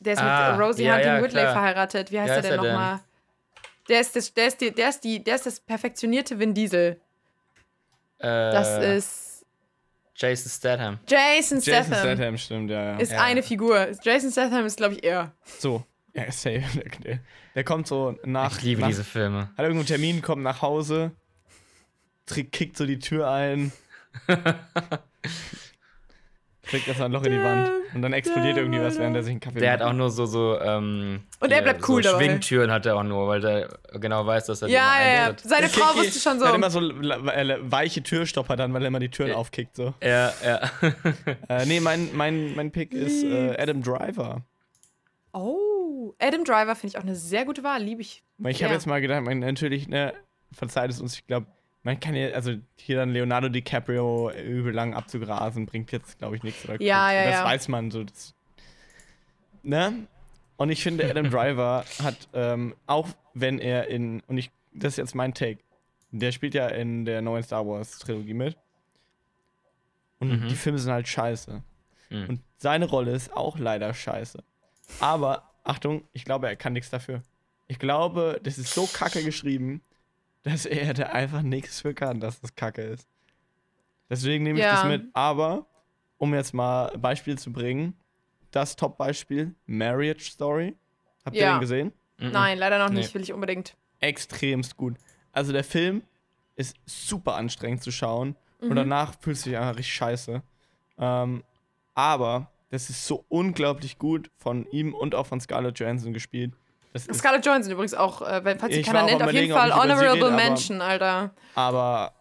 C: Der ist
D: Ah,
C: mit Rosie
D: ja,
C: Hunting
D: ja,
C: Whitley
D: klar.
C: verheiratet. Wie heißt
D: Wie
C: er
D: heißt
C: denn
D: er denn?
C: nochmal? Der ist, das, der, ist die, der, ist die, der ist das perfektionierte Vin Diesel. Das
D: Äh.
C: ist
D: Jason Statham.
C: Jason Statham.
B: Jason Statham, stimmt, ja, ja.
C: Ist
D: Ja.
C: eine Figur. Jason Statham ist, glaube ich, er.
B: so. Ja, ist safe. Der, der, der kommt so nach.
D: Ich liebe
B: nach,
D: diese Filme.
B: Hat irgendeinen Termin, kommt nach Hause, trick, kickt so die Tür ein. kriegt erstmal ein Loch in die Wand. Und dann explodiert
C: der
B: irgendwie was,
C: Mann.
B: während er sich einen Kaffee
D: Der hat
B: macht.
D: auch nur so, so, ähm.
C: Und er bleibt cool
D: so
C: dabei.
D: Schwingtüren hat er auch nur, weil der genau weiß, dass er die
C: Ja,
D: immer
C: ja, ja.
D: einhält.
C: Seine
B: Der
C: Frau
B: kickt die-
C: wusste schon
B: der
C: so.
B: Hat immer so le- äh, weiche Türstopper dann, weil er immer die Türen
D: Ja.
B: aufkickt. So.
D: Ja, ja.
B: Äh, nee, mein, mein, mein Pick ist äh, Adam Driver.
C: Oh, Adam Driver finde ich auch eine sehr gute Wahl. Liebe ich.
B: Weil ich habe
C: Ja.
B: jetzt mal gedacht, man, natürlich, ne, verzeiht es uns, ich glaube, man kann ja, also hier dann Leonardo DiCaprio übel lang abzugrasen, bringt jetzt, glaube ich, nichts. Oder
C: Ja,
B: guckt.
C: ja,
B: Das
C: ja.
B: weiß man so. Das, ne? Und ich finde, Adam Driver hat, ähm, auch wenn er in, und ich, das ist jetzt mein Take, der spielt ja in der neuen Star Wars Trilogie mit. Und
D: Mhm.
B: die Filme sind halt scheiße.
D: Mhm.
B: Und seine Rolle ist auch leider scheiße. Aber, Achtung, ich glaube, er kann nichts dafür. Ich glaube, das ist so kacke geschrieben, dass er da einfach nichts für kann, dass das kacke ist. Deswegen nehme ich
C: Ja.
B: das mit. Aber, um jetzt mal ein Beispiel zu bringen, das Top-Beispiel, Marriage Story. Habt ihr
C: Ja.
B: den gesehen?
D: Mhm.
C: Nein, leider noch
D: Nee.
C: nicht. Will ich unbedingt.
B: extremst gut. Also der Film ist super anstrengend zu schauen und danach fühlst du dich einfach richtig scheiße. Ähm, aber das ist so unglaublich gut von ihm und auch von Scarlett Johansson gespielt. Das ist,
C: Scarlett Johansson übrigens auch, äh, wenn- falls sie
B: Ich
C: keiner
B: war auch
C: nennt,
B: am
C: auf jeden
B: überlegen, ob
C: Fall
B: ich über sie rede,
C: Honorable
B: aber-
C: Mention, Alter.
B: aber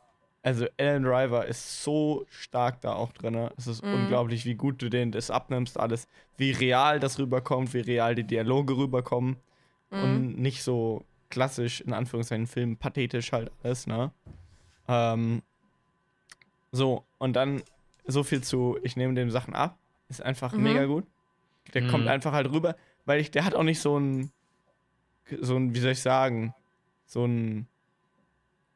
B: also Alan Driver ist so stark da auch drin. ne? Es ist unglaublich, wie gut du den das abnimmst alles, wie real das rüberkommt, wie real die Dialoge rüberkommen und nicht so klassisch in Anführungszeichen Film pathetisch halt alles, ne? Ähm, so, und dann so viel zu, ich nehme dem Sachen ab, ist einfach mega gut. Der kommt
D: Mhm.
B: einfach halt rüber, weil ich, der hat auch nicht so ein, so ein, wie soll ich sagen, so ein,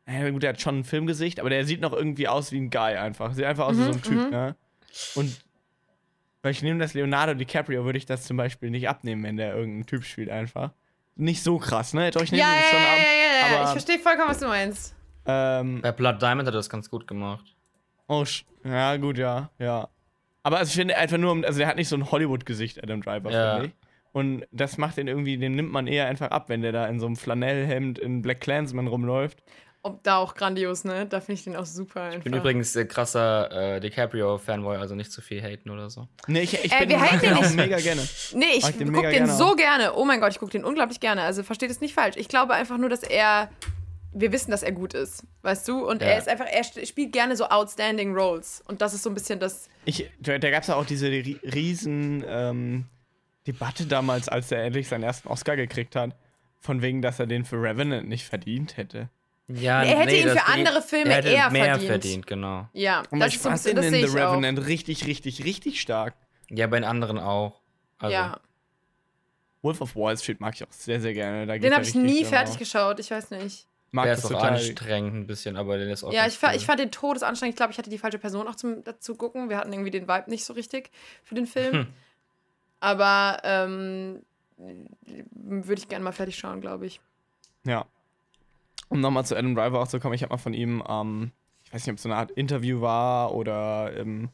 B: ja gut, der hat schon ein Filmgesicht, aber der sieht noch irgendwie aus wie ein Guy einfach. Sieht einfach aus wie so ein
C: Mhm,
B: Typ, ne? Und weil ich nehme das Leonardo DiCaprio, würde ich das zum Beispiel nicht abnehmen, wenn der irgendein Typ spielt einfach. Nicht so krass, ne? Doch, ich nehme
C: Ja,
B: den
C: ja,
B: schon
C: ja,
B: ab.
C: ja, ja, ja. Ich
B: aber,
C: verstehe vollkommen, was du meinst.
B: ähm,
D: Bei Blood Diamond hat er das ganz gut gemacht.
B: Oh, sch- ja, gut, ja, ja. Aber also ich finde einfach nur, um- also der hat nicht so ein Hollywood-Gesicht, Adam Driver,
D: Ja.
B: finde ich. Und das macht den irgendwie, den nimmt man eher einfach ab, wenn der da in so einem Flanellhemd in Black Clansman rumläuft.
C: Ob da auch grandios, ne? Da finde ich den auch super einfach.
D: Ich bin übrigens äh, krasser äh, DiCaprio-Fanboy, also nicht zu viel haten oder so.
B: Nee, Ne, ich, ich
C: Äh,
B: bin
C: wir
B: mag
C: halten den
B: auch
C: nicht.
B: mega gerne.
C: Nee, ich
B: Mag den
C: gucke
B: mega
C: den
B: gerne
C: so
B: auch.
C: gerne. Oh mein Gott, ich gucke den unglaublich gerne. Also versteht es nicht falsch. Ich glaube einfach nur, dass er. Wir wissen, dass er gut ist, weißt du? Und
D: Ja.
C: er ist einfach, er st- spielt gerne so outstanding Roles. Und das ist so ein bisschen das.
B: Ich, da da gab es ja auch diese ri- riesen ähm, Debatte damals, als er endlich seinen ersten Oscar gekriegt hat, von wegen, dass er den für Revenant nicht verdient hätte.
D: Ja,
C: Er hätte ihn
D: das
C: für
D: Ding-
C: andere Filme
D: er hätte
C: eher
D: mehr
C: verdient.
D: genau.
C: Ja,
B: Und
C: das
B: ich
C: ist so ein
B: fand
C: bisschen
B: ihn
C: das
B: in
C: sehe
B: The
C: ich auch.
B: Revenant richtig, richtig, richtig stark.
D: Ja, bei den anderen auch. Also,
C: Ja.
B: Wolf of Wall Street mag ich auch sehr, sehr gerne. Da geht
C: Den
B: er
C: habe ich
B: richtig
C: nie
B: drin
C: fertig
B: auf.
C: geschaut, ich weiß nicht.
B: Mag
D: der
B: das
D: ist auch
B: total.
D: anstrengend ein bisschen, aber der ist auch.
C: Ja,
D: ganz
C: ich, fa
D: cool.
C: ich fand den todesanstrengend. Ich glaube, ich hatte die falsche Person auch zum, dazu gucken. Wir hatten irgendwie den Vibe nicht so richtig für den Film.
D: Hm.
C: Aber ähm, würde ich gerne mal fertig schauen, glaube ich.
B: Ja. Um nochmal zu Adam Driver auch zu kommen, ich habe mal von ihm, ähm, ich weiß nicht, ob es so eine Art Interview war oder ähm,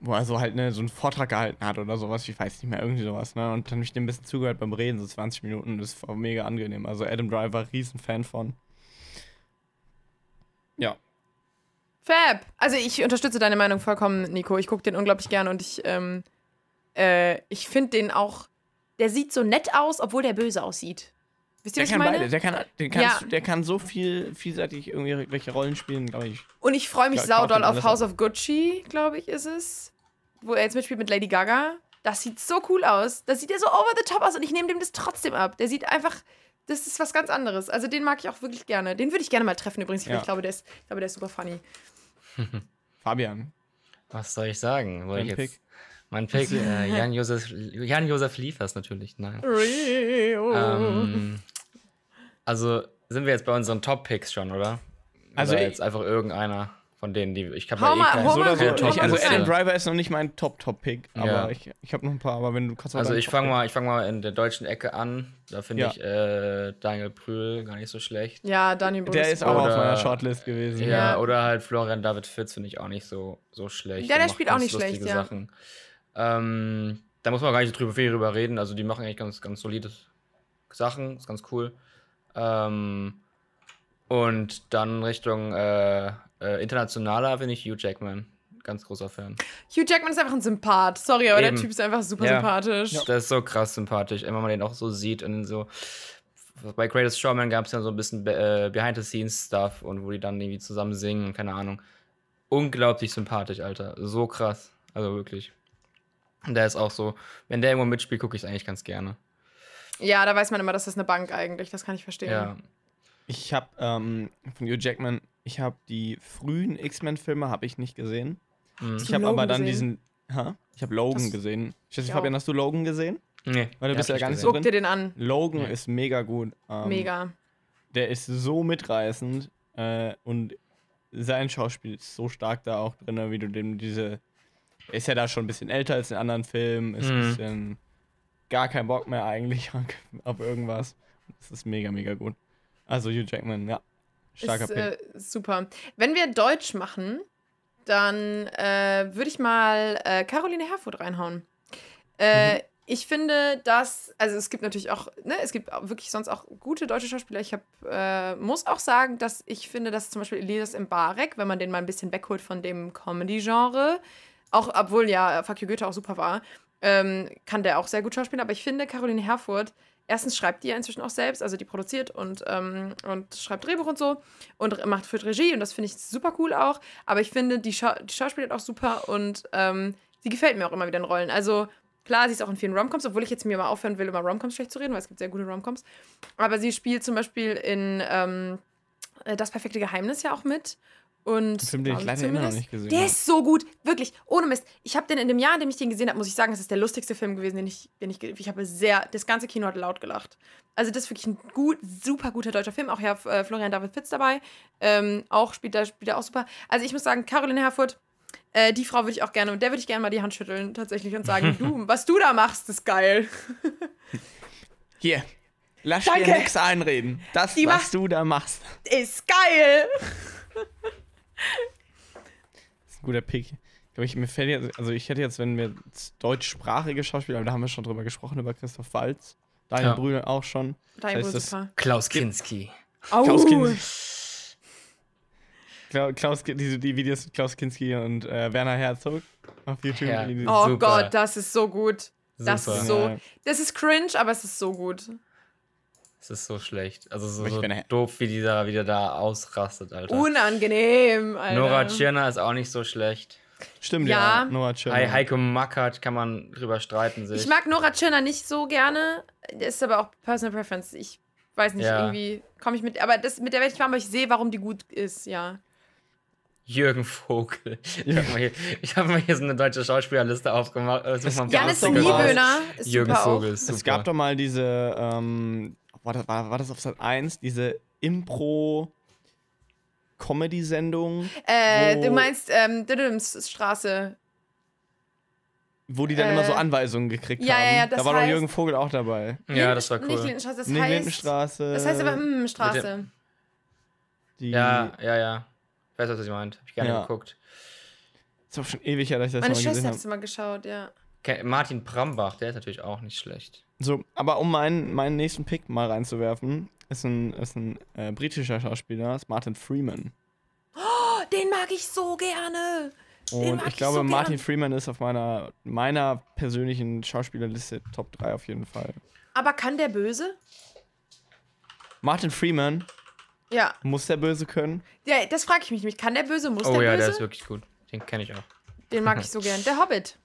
B: wo er so halt ne, so einen Vortrag gehalten hat oder sowas, ich weiß nicht mehr, irgendwie sowas, ne? Und dann habe ich dem ein bisschen zugehört beim Reden, so 20 Minuten, das war mega angenehm. Also Adam Driver, riesen Fan von. Ja.
C: Fab! Also ich unterstütze deine Meinung vollkommen, Nico. Ich gucke den unglaublich gerne und ich, ähm, äh, ich finde den auch. Der sieht so nett aus, obwohl der böse aussieht. Wisst ihr,
B: Der
C: was ich
B: kann
C: meine?
B: beide, der kann, der kann,
C: Ja.
B: der kann so viel, vielseitig irgendwie welche Rollen spielen, glaube ich.
C: Und ich freue mich
B: Ja, kauft
C: saudoll
B: ihm
C: auf
B: alles
C: House of Gucci, glaube ich, ist es. Wo er jetzt mitspielt mit Lady Gaga. Das sieht so cool aus. Das sieht ja so over the top aus und ich nehme dem das trotzdem ab. Der sieht einfach. Das ist was ganz anderes. Also den mag ich auch wirklich gerne. Den würde ich gerne mal treffen übrigens.
B: Ja.
C: Ich, glaube, der ist, ich glaube, der ist super funny.
B: Fabian,
D: Was soll ich sagen? Soll
B: dein
D: ich jetzt,
B: Pick.
D: Mein Pick, äh, Jan-Josef Jan -Josef Liefers natürlich, nein.
C: Mm.
D: Ähm, also sind wir jetzt bei unseren Top-Picks schon, oder?
B: Also
D: oder
B: ich-
D: jetzt einfach irgendeiner. Von denen, die ich eh habe
C: Hau mal- hau
B: So
C: mal
B: oder
C: so,
B: so.
C: hau
B: Ich,
C: mal
B: also
C: so
B: Adam
C: rein.
B: Driver ist noch nicht mein Top-Top-Pick, aber
D: Ja.
B: ich, ich habe noch ein paar, aber wenn du kannst auch
D: Also
B: deinen
D: ich fange
B: Top-Pick-
D: mal, ich fang mal in der deutschen Ecke an. Da finde
B: Ja.
D: ich äh, Daniel Prühl gar nicht so schlecht.
C: Ja, Daniel
B: Der ist auch
C: Bundesbauer.
B: auf
D: Oder-
B: meiner Shortlist gewesen.
D: Ja,
C: Ja.
D: oder halt Florian David Fitz finde ich auch nicht so, so schlecht.
C: Ja, der
D: macht
C: spielt auch
D: ganz
C: nicht
D: lustige
C: schlecht, ja.
D: Sachen. Ähm, da muss man gar nicht drüber viel drüber reden. Also die machen eigentlich ganz, ganz solide Sachen, ist ganz cool. Ähm, und dann Richtung äh, äh, internationaler finde ich Hugh Jackman. Ganz großer Fan.
C: Hugh Jackman ist einfach ein Sympath. Sorry, aber
D: Eben.
C: der Typ ist einfach super
D: Ja.
C: sympathisch.
D: Das ist so krass sympathisch, wenn man den auch so sieht und so. Bei Greatest Showman gab es ja so ein bisschen äh, Behind-the-Scenes-Stuff und wo die dann irgendwie zusammen singen und keine Ahnung. Unglaublich sympathisch, Alter. So krass. Also wirklich. Und der ist auch so, wenn der irgendwo mitspielt, gucke ich es eigentlich ganz gerne.
C: Ja, da weiß man immer, dass das eine Bank eigentlich. Das kann ich verstehen.
D: Ja.
B: Ich habe ähm, von Hugh Jackman, ich habe die frühen X-Men-Filme habe ich nicht gesehen.
D: Mhm.
B: Ich habe
C: Logan
B: aber dann
C: gesehen?
B: diesen, ha? ich habe Logan
C: Das-
B: gesehen. Ich weiß,
C: Ich
B: nicht,
C: auch.
B: Fabian, hast du Logan gesehen?
D: Nee.
B: Weil du
D: den
B: bist
D: hab
B: ja
D: ich
B: gar nicht
D: gesehen.
B: so
C: Guck dir den an.
B: Logan
D: Nee.
B: ist mega gut. Ähm,
C: Mega.
B: Der ist so mitreißend äh, und sein Schauspiel ist so stark da auch drin, wie du dem diese. Er ist ja da schon ein bisschen älter als in anderen Filmen, ist ein
D: Mhm.
B: bisschen gar kein Bock mehr eigentlich auf irgendwas. Das ist mega, mega gut. Also Hugh Jackman, ja. Starker
C: ist,
B: Pick.
C: äh, super. Wenn wir Deutsch machen, dann äh, würde ich mal äh, Caroline Herfurth reinhauen. Äh, Ich finde, dass, also es gibt natürlich auch, ne, es gibt auch wirklich sonst auch gute deutsche Schauspieler. Ich hab, äh, muss auch sagen, dass ich finde, dass zum Beispiel Elias Mbarek, wenn man den mal ein bisschen wegholt von dem Comedy-Genre, auch obwohl ja Fuck You Goethe auch super war, ähm, kann der auch sehr gut schauspielen. Aber ich finde, Caroline Herfurth, erstens schreibt die ja inzwischen auch selbst, also die produziert und, ähm, und schreibt Drehbuch und so und macht für Regie und das finde ich super cool auch. Aber ich finde, die, Schau die Schauspielerin auch super und ähm, sie gefällt mir auch immer wieder in Rollen. Also klar, sie ist auch in vielen Romcoms, obwohl ich jetzt mir mal aufhören will, über Romcoms schlecht zu reden, weil es gibt sehr gute Romcoms. Aber sie spielt zum Beispiel in ähm, äh, Das perfekte Geheimnis ja auch mit. Und
B: Ein Film, den ich
C: glaube
B: leider immer noch
C: zumindest-
B: nicht gesehen
C: Der
B: habe.
C: ist so gut, wirklich, ohne Mist. Ich habe den in dem Jahr, in dem ich den gesehen habe, muss ich sagen, es ist der lustigste Film gewesen, den ich, den ich, ge- ich habe sehr, das ganze Kino hat laut gelacht. Also das ist wirklich ein gut, super guter deutscher Film, auch Herr äh, Florian David Fitz dabei, ähm, auch spielt da, spielt er auch super. Also ich muss sagen, Caroline Herfurth, äh, die Frau würde ich auch gerne, und der würde ich gerne mal die Hand schütteln tatsächlich und sagen, du, was du da machst, ist geil.
B: Hier. Lass
C: Danke.
B: dir nichts einreden. Das,
C: Die
B: was
C: macht-
B: du da machst.
C: Ist geil!
B: Das ist ein guter Pick. Ich glaube, ich, mir fällt jetzt, also ich hätte jetzt, wenn wir jetzt deutschsprachige Schauspieler, aber da haben wir schon drüber gesprochen, über Christoph Walz, Daniel
D: Ja.
B: Brühl auch schon.
C: Dein
B: heißt,
C: Bruder
B: das-
C: super.
D: Klaus Kinski.
C: Au.
B: Klaus Kinski.
C: Uh.
B: Kla Klaus, Ki- diese, die Videos mit Klaus Kinski und äh, Werner Herzog auf YouTube.
D: Ja.
B: Die- die-
C: Oh
D: Super.
C: Gott, das ist so gut. Das
D: Super.
C: ist so,
B: Ja.
C: das ist cringe, aber es ist so gut.
D: Es ist so schlecht. Also so,
B: Aber ich
D: so
B: bin ja-
D: doof, wie dieser wieder da ausrastet, Alter.
C: Unangenehm, Alter.
D: Nora Tschirner ist auch nicht so schlecht.
B: Stimmt,
C: Ja.
B: ja. Noah Tschirner.
D: Hei- Heiko Mackert kann man drüber streiten. Sich.
C: Ich mag Nora Tschirner nicht so gerne. Ist aber auch Personal Preference. Ich weiß nicht,
D: Ja.
C: irgendwie komme ich mit. Aber das mit der werde ich warm, aber ich sehe, warum die gut ist, ja.
D: Jürgen Vogel. Ich habe mal, hier- ich hab mal hier so eine deutsche Schauspielerliste aufgemacht. Äh, such mal ein paar
C: Janis
B: doch
D: Artikel raus.
C: Niewöhner ist
D: Jürgen
C: super
D: Vogel ist super.
B: Es gab doch mal diese, ähm, war, das, war, war das auf Sat 1, diese Impro-Comedy-Sendung,
C: auch. Äh, du
B: Wo-
C: meinst ähm, Diddlems Straße.
B: wo die dann
C: Äh,
B: immer so Anweisungen gekriegt
C: ja,
B: haben.
C: ja, ja, das
B: da war doch
C: heißt-
B: Jürgen Vogel auch dabei.
D: Ja, das war
C: Nicht
D: cool.
C: Lindenstraße, das
B: Nee,
C: heißt.
B: Lindenstraße.
C: Das heißt aber mm, Straße.
B: die,
D: Ja, ja, ja. Ich weiß, was ich meint. Hab ich gerne
B: Ja.
D: geguckt.
B: Ist doch schon ewig her, dass ich das
C: Meine
B: mal
C: Schwester
B: gesehen
C: hat
B: habe.
C: es mal geschaut, ja.
D: Ke- Martin Brambach, der ist natürlich auch nicht schlecht.
B: So, aber um meinen, meinen nächsten Pick mal reinzuwerfen, ist ein, ist ein äh, britischer Schauspieler, ist Martin Freeman.
C: Oh, den mag ich so gerne. Den
B: Und
C: mag
B: ich
C: ich
B: glaube,
C: so gern.
B: Martin Freeman ist auf meiner, meiner persönlichen Schauspielerliste Top 3 auf jeden Fall.
C: Aber kann der böse?
B: Martin Freeman
C: Ja.
B: muss der Böse können.
C: ja das frage ich mich nämlich. Kann der böse? Muss
D: Oh
C: der
D: ja,
C: böse?
D: der ist wirklich gut. Den kenne ich auch.
C: den mag ich so gern. Der Hobbit.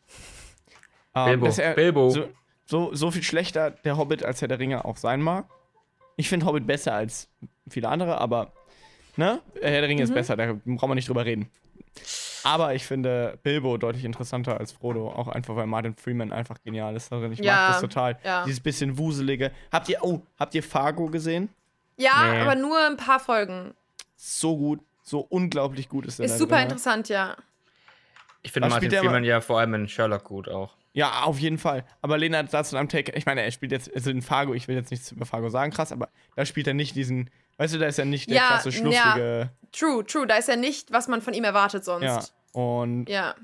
B: Ähm,
D: Bilbo,
B: dass er
D: Bilbo.
B: So, so, so viel schlechter der Hobbit als Herr der Ringe auch sein mag. Ich finde Hobbit besser als viele andere, aber ne? Herr der Ringe
C: Mhm.
B: ist besser, da brauchen wir nicht drüber reden. Aber ich finde Bilbo deutlich interessanter als Frodo, auch einfach weil Martin Freeman einfach genial ist darin. Ich
C: Ja,
B: mag das total.
C: ja.
B: Dieses bisschen wuselige. Habt ihr, oh, habt ihr Fargo gesehen?
C: Ja,
D: Nee.
C: aber nur ein paar Folgen.
B: So gut. so unglaublich gut ist. er
C: Ist
B: da
C: super
B: drin, ne?
C: interessant, ja.
D: Ich finde
B: Aber
D: Martin
B: spielt der
D: Freeman ja vor allem in Sherlock gut auch.
B: Ja, auf jeden Fall. Aber Lena dazu am Take, ich meine, er spielt jetzt, also in Fargo, ich will jetzt nichts über Fargo sagen, krass, aber da spielt er nicht diesen, weißt du, da ist er nicht der
C: Ja,
B: krasse,
C: ja.
B: schluffige.
C: True, true. Da ist ja nicht, was man von ihm erwartet
B: Ja.
C: sonst.
B: Und
C: Ja.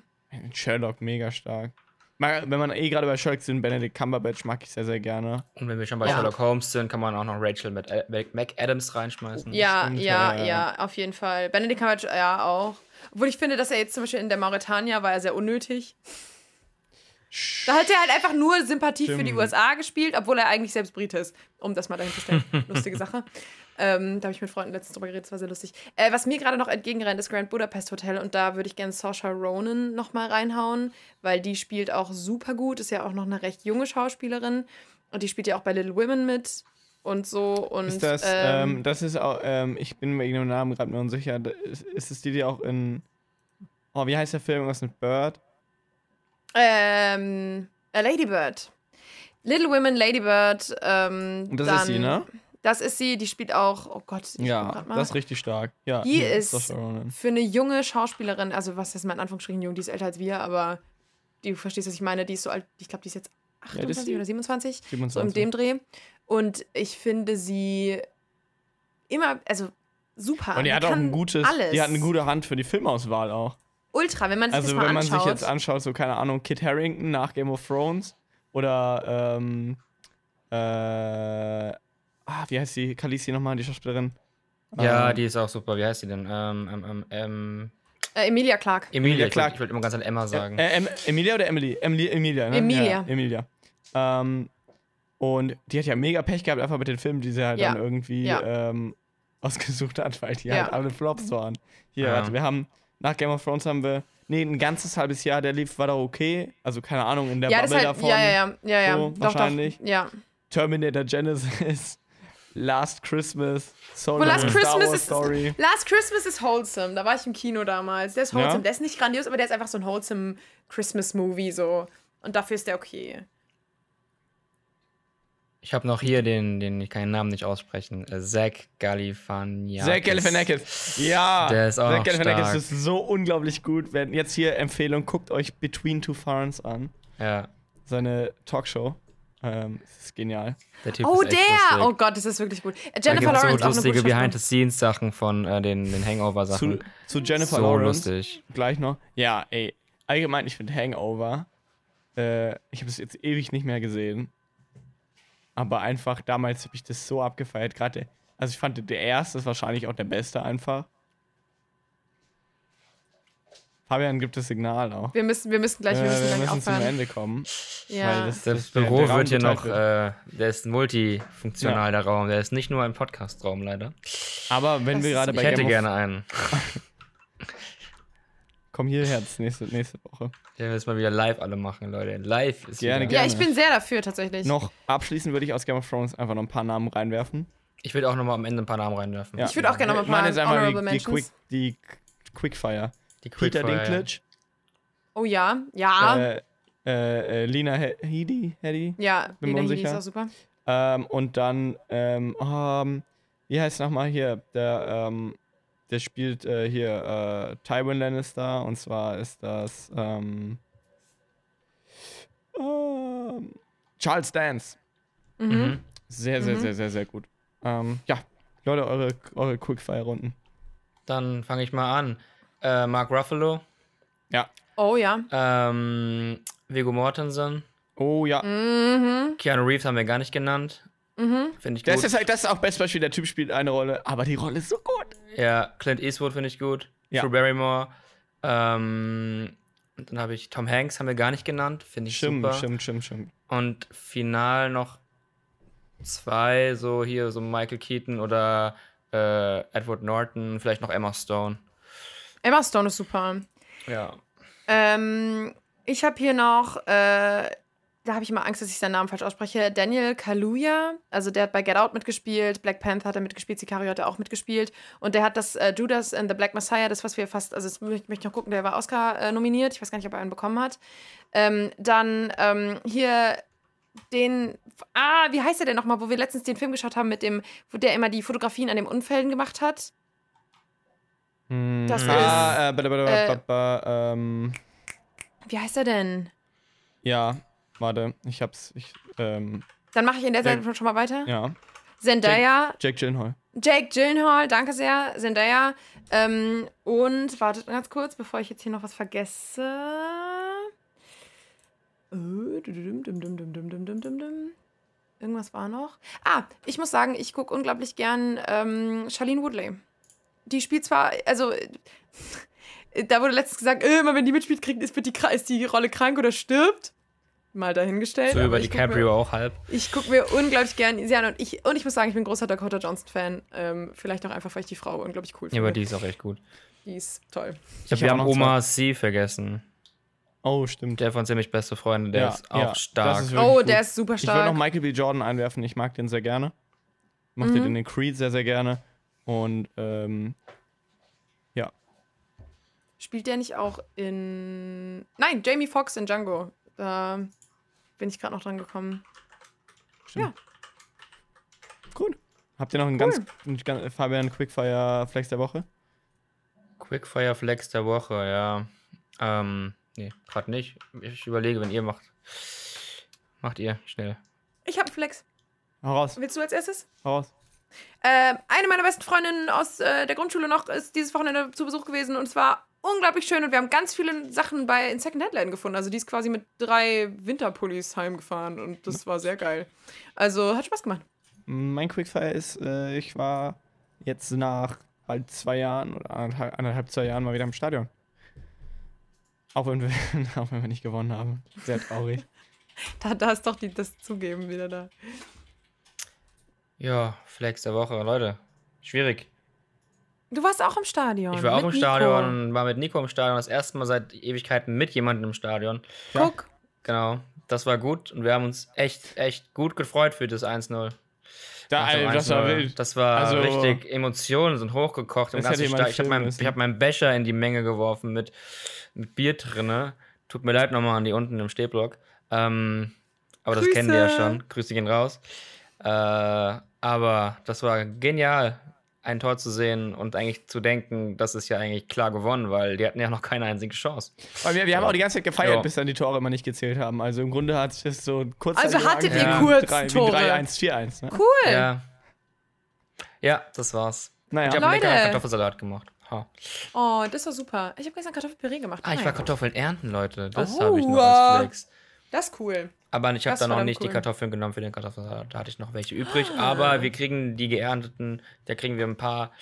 B: Sherlock mega stark. Mal- Wenn man eh gerade bei Sherlock sind, Benedict Cumberbatch mag ich sehr, sehr gerne.
D: Und wenn wir schon bei
C: Ja.
D: Sherlock Holmes sind, kann man auch noch Rachel mit äh, Mac- McAdams reinschmeißen.
C: Ja,
B: stimmt,
C: ja,
B: ja,
C: ja,
B: ja.
C: auf jeden Fall. Benedict Cumberbatch, ja, auch. Obwohl ich finde, dass er jetzt zum Beispiel in der Mauretania war er sehr unnötig. Da hat er halt einfach nur Sympathie für die
B: Stimmt.
C: USA gespielt, obwohl er eigentlich selbst Brite ist. Um das mal dahin zu stellen. Lustige Sache. Ähm, da habe ich mit Freunden letztens drüber geredet, das war sehr lustig. Äh, was mir gerade noch entgegenrennt, ist Grand Budapest Hotel und da würde ich gerne Saoirse Ronan nochmal reinhauen, weil die spielt auch super gut, ist ja auch noch eine recht junge Schauspielerin und die spielt ja auch bei Little Women mit und so. Und,
B: Ist das,
C: ähm,
B: ähm, das ist auch, ähm, ich bin mir ihrem Namen gerade mir unsicher. Da- Ist, ist es die, die auch in, oh, wie heißt der Film, irgendwas mit Bird?
C: Ähm, äh, Ladybird. Little Women, Ladybird. Ähm,
B: Und das
C: dann,
B: ist sie, ne?
C: Das ist sie, die spielt auch, oh Gott, ich guck
B: Ja,
C: grad mal.
B: das ist richtig stark. Ja,
C: Die
B: ja,
C: ist-
B: Saoirse Ronan.
C: Für eine junge Schauspielerin, also was ist mal in Anführungsstrichen jung, die ist älter als wir, aber du verstehst, was ich meine, die ist so alt, ich glaube, die ist jetzt
B: alt ist
C: 28
B: die?
C: oder 27, so
B: 27.
C: in dem Dreh. Und ich finde sie immer, also super.
B: Und die hat auch
C: kann
B: ein gutes,
C: alles.
B: die hat eine gute Hand für die Filmauswahl auch.
C: Ultra, wenn man sich das
B: Also
C: mal
B: wenn man
C: anschaut.
B: sich jetzt anschaut, so keine Ahnung, Kit Harrington nach Game of Thrones oder ähm, äh, ah, wie heißt die, Khaleesi nochmal, die Schauspielerin?
D: Ja,
B: Ähm,
D: die ist auch super. Wie heißt die denn? Ähm, ähm, ähm, ähm,
C: äh, Emilia Clark.
D: Emilia,
B: Emilia Clarke.
D: Ich wollte immer ganz an Emma sagen.
B: Äh, em Emilia oder Emily? Emily Emilia, ne?
C: Emilia.
B: Ja, Emilia. Ähm, und die hat ja mega Pech gehabt, einfach mit den Filmen, die sie halt
C: Ja.
B: dann irgendwie
C: Ja.
B: ähm, ausgesucht hat, weil die
C: Ja.
B: halt alle Flops waren. Hier,
D: Ja.
B: warte, wir haben, nach Game of Thrones haben wir, nee, ein ganzes halbes Jahr, der lief, war doch okay. Also keine Ahnung, in der
C: Ja, das
B: Bubble
C: ist halt,
B: davon.
C: ja, ja, ja, ja, ja.
B: so
C: doch,
B: wahrscheinlich.
C: Doch, ja.
B: Terminator Genesis, Last Christmas, Solo,
C: Well, Last
B: Star
C: Christmas
B: Wars
C: ist-
B: Story.
C: Last Christmas ist wholesome. Da war ich im Kino damals. Der ist wholesome.
B: Ja?
C: Der ist nicht grandios, aber der ist einfach so ein wholesome Christmas-Movie so. Und dafür ist der okay.
D: Ich habe noch hier den, den ich kann den Namen nicht aussprechen. Äh, Zach Galifianakis.
B: Zack Galifianakis. Ja,
D: Der ist auch
B: Zack Galifianakis
D: stark.
B: ist so unglaublich gut. Wenn, jetzt hier Empfehlung, guckt euch Between Two Ferns an.
D: Ja,
B: Seine Talkshow. Ähm, es ist genial.
D: der Typ
C: oh,
D: ist echt
C: der!
D: lustig.
C: Oh Gott, das ist wirklich gut. Äh, Jennifer
D: Da gibt's
C: Lawrence
D: so
C: auch eine
D: lustige
C: gute Schauspielerin.
D: Behind-the-Scenes-Sachen von äh, den, den
B: Zu,
D: Hangover-Sachen.
B: zu Jennifer
D: so
B: Lawrence.
D: lustig.
B: Gleich noch. Ja, ey. Allgemein, ich finde Hangover. Äh, ich habe es jetzt ewig nicht mehr gesehen. Aber einfach, damals habe ich das so abgefeiert. Gerade, der- also ich fand der erste ist wahrscheinlich auch der beste einfach. Fabian gibt das Signal auch.
C: Wir müssen, wir müssen gleich, wir
B: Äh,
C: müssen
B: wir
C: gleich
B: müssen zum
C: aufhören.
B: Ende kommen.
C: Ja.
B: weil das-
D: Das
B: der- der
D: Büro
B: Raum
D: wird hier
B: geteilt
D: noch, äh,
B: wird.
D: der ist multifunktional, der Raum. Der ist nicht nur ein Podcast-Raum, leider.
B: Aber wenn
C: Das
B: wir
C: ist
B: gerade
C: nicht-
D: Ich
B: bei
D: hätte
B: Game
D: gerne
B: of
D: einen.
B: Komm hierher das nächste, nächste Woche.
D: Den wir jetzt mal wieder live alle machen, Leute. Live ist
B: Gerne,
D: wieder.
B: gerne.
C: ja, ich bin sehr dafür tatsächlich.
B: Noch abschließend würde ich aus Game of Thrones einfach noch ein paar Namen reinwerfen.
D: Ich würde auch nochmal am Ende ein paar Namen reinwerfen.
B: Ja.
C: Ich würde auch gerne noch ein
B: Ich meine
C: paar
B: jetzt einfach
C: Honorable
B: die, die, Quick,
C: Mentions.
B: die Qu- Quickfire.
D: Die
B: Peter
D: Quickfire.
B: Dinklage,
C: Oh ja, ja.
B: äh, äh, äh, Lina He- Headey, Headey
C: ja,
B: bin mir
C: Lena Headey
B: unsicher.
C: ist auch super.
B: ähm, und dann, ähm, ähm, wie heißt nochmal hier, der, ähm, der spielt äh, hier äh, Tywin Lannister und zwar ist das ähm, ähm, Charles Dance.
D: Mhm.
B: Sehr, sehr, sehr, sehr, sehr gut. Ähm, ja, Leute, eure, eure Quickfire-Runden.
D: Dann fange ich mal an. Äh, Mark Ruffalo,
B: Ja.
C: Oh ja.
D: ähm, Viggo Mortensen,
B: Oh ja.
C: Mhm.
D: Keanu Reeves haben wir gar nicht genannt. Finde ich gut.
B: Das ist, halt, das ist auch best Beispiel, der Typ spielt eine Rolle, aber die Rolle ist so gut.
D: ja, Clint Eastwood finde ich gut.
B: halt- Ja.
D: Drew Barrymore. Ähm, und dann habe ich Tom Hanks, haben wir gar nicht genannt. Finde ich
B: Stimmt,
D: super.
B: stimmt, stimmt, stimmt.
D: Und final noch zwei, so hier, so Michael Keaton oder äh, Edward Norton, vielleicht noch Emma Stone.
C: Emma Stone ist super.
D: Ja.
C: Ähm, ich habe hier noch, äh, da habe ich immer Angst, dass ich seinen Namen falsch ausspreche, Daniel Kaluuya. Also der hat bei Get Out mitgespielt, Black Panther hat er mitgespielt, Sicario hat er auch mitgespielt. Und der hat das äh, Judas and the Black Messiah, das, was wir fast, also das mö- möchte ich noch gucken, der war Oscar äh, nominiert. Ich weiß gar nicht, ob er einen bekommen hat. Ähm, dann ähm, hier den, ah, wie heißt er denn nochmal, wo wir letztens den Film geschaut haben mit dem, wo der immer die Fotografien an den Unfällen gemacht hat.
B: Hm,
C: Das
B: ah, äh, ba- ba- ba-
C: äh,
B: ba- ba- ähm,
C: Wie heißt er denn?
B: ja, warte, ich hab's. Ich, ähm,
C: Dann mache ich in der
B: Ja.
C: Zeit schon mal weiter.
B: ja,
C: Zendaya,
B: Jack Gyllenhaal.
C: Jake Gyllenhaal, danke sehr, Zendaya. Ähm, und wartet ganz kurz, bevor ich jetzt hier noch was vergesse. Äh, dum, dum, dum, dum, dum, dum, dum, dum, dum. Irgendwas war noch. Ah, ich muss sagen, ich gucke unglaublich gern ähm, Charlene Woodley. Die spielt zwar, also äh, da wurde letztens gesagt, äh, immer wenn die mitspielt, kriegt, ist, wird die, kra- ist die Rolle krank oder stirbt. Mal dahingestellt.
D: So
C: aber
D: über
C: ich guck mir-
D: DiCaprio auch halb.
C: ich gucke mir unglaublich gern sie an und ich, und ich muss sagen, ich bin großer Dakota Johnson-Fan. Ähm, vielleicht auch einfach, weil ich die Frau unglaublich cool
D: Ja,
C: finde.
D: aber die ist auch echt gut.
C: Die ist toll.
D: Ich glaub,
B: hab
D: wir
B: auch
D: haben
B: noch
D: Oma C vergessen.
B: Oh, stimmt.
D: Der von ziemlich beste Freunde, der
B: Ja,
D: ist
B: ja,
D: auch
B: das
D: stark.
B: ist wirklich
C: Oh,
B: gut.
C: der ist super
B: Ich würde noch
C: stark.
B: Michael B. Jordan einwerfen. Ich mag den sehr gerne. Macht
C: Mhm.
B: den in den Creed sehr, sehr gerne. Und ähm,
C: Spielt der nicht auch in. Nein, Jamie Foxx in Django. Da bin ich gerade noch dran gekommen.
B: gut. Habt ihr noch einen ganz, einen ganz Fabian Quickfire Flex der Woche?
D: Quickfire Flex der Woche, ja. Ähm, nee, gerade nicht. Ich überlege, wenn ihr macht. Macht ihr schnell.
C: Ich habe einen Flex.
B: Hau raus,
C: Willst du als erstes?
B: hau raus.
C: Ähm, eine meiner besten Freundinnen aus äh, der Grundschule noch ist dieses Wochenende zu Besuch gewesen und es war unglaublich schön und wir haben ganz viele Sachen bei in Second Headline gefunden. Also die ist quasi mit drei Winterpullis heimgefahren und das war sehr geil. Also hat Spaß gemacht.
B: Mein Quickfire ist, äh, ich war jetzt nach bald zwei Jahren oder anderthalb, anderthalb zwei Jahren mal wieder im Stadion. Auch wenn wir, auch wenn wir nicht gewonnen haben. Sehr traurig.
C: Da, da ist doch die, das Zugeben wieder da.
D: Ja, Flex der Woche, Leute. Schwierig.
C: Du warst auch im Stadion.
D: Ich war auch
C: mit
D: im Stadion, war mit Nico im Stadion, das erste Mal seit Ewigkeiten mit jemandem im Stadion.
C: Nico. Guck,
D: Genau, das war gut und wir haben uns echt, echt gut gefreut für das 1-0.
B: Da,
D: Nach dem
B: Alter, Ah, das war
D: 1-0.
B: wild.
D: Das war
B: Also-
D: richtig, Emotionen sind hochgekocht. Im
B: Das hätte
D: ganzen
B: jemand
D: Sta- ich habe
B: filmen
D: meinen
B: müssen.
D: ich hab meinen Becher in die Menge geworfen mit, mit Bier drinne. Tut mir leid nochmal an die unten im Stehblock. Ähm, aber das
C: Grüße.
D: kennen die ja schon. Grüße gehen raus. Äh, aber das war genial, ein Tor zu sehen und eigentlich zu denken, das ist ja eigentlich klar gewonnen, weil die hatten ja noch keine einzige Chance.
B: Weil wir, wir haben auch die ganze Zeit gefeiert,
D: Ja.
B: bis dann die Tore immer nicht gezählt haben. Also im Grunde hat sich das so kurz.
C: Also hattet
D: ihr
C: kurz Tore?
B: 3-1, 4-1. Ne?
C: cool.
D: Ja. ja, das war's.
B: Naja,
D: Ich habe einen
C: Leute.
D: leckeren Kartoffelsalat gemacht. Ha.
C: Oh, das war super. Ich habe gestern Kartoffelpüree gemacht.
D: Ah, ich
C: Nein.
D: war Kartoffeln ernten, Leute. Das
C: Oh,
D: habe ich noch als
C: äh.
D: Flex.
C: Das ist cool.
D: Aber ich habe
C: Das
D: dann
C: war
D: noch
C: dann
D: nicht
C: cool.
D: die Kartoffeln genommen für den Kartoffelsalat. Da hatte ich noch welche übrig. Aber wir kriegen die geernteten, da kriegen wir ein paar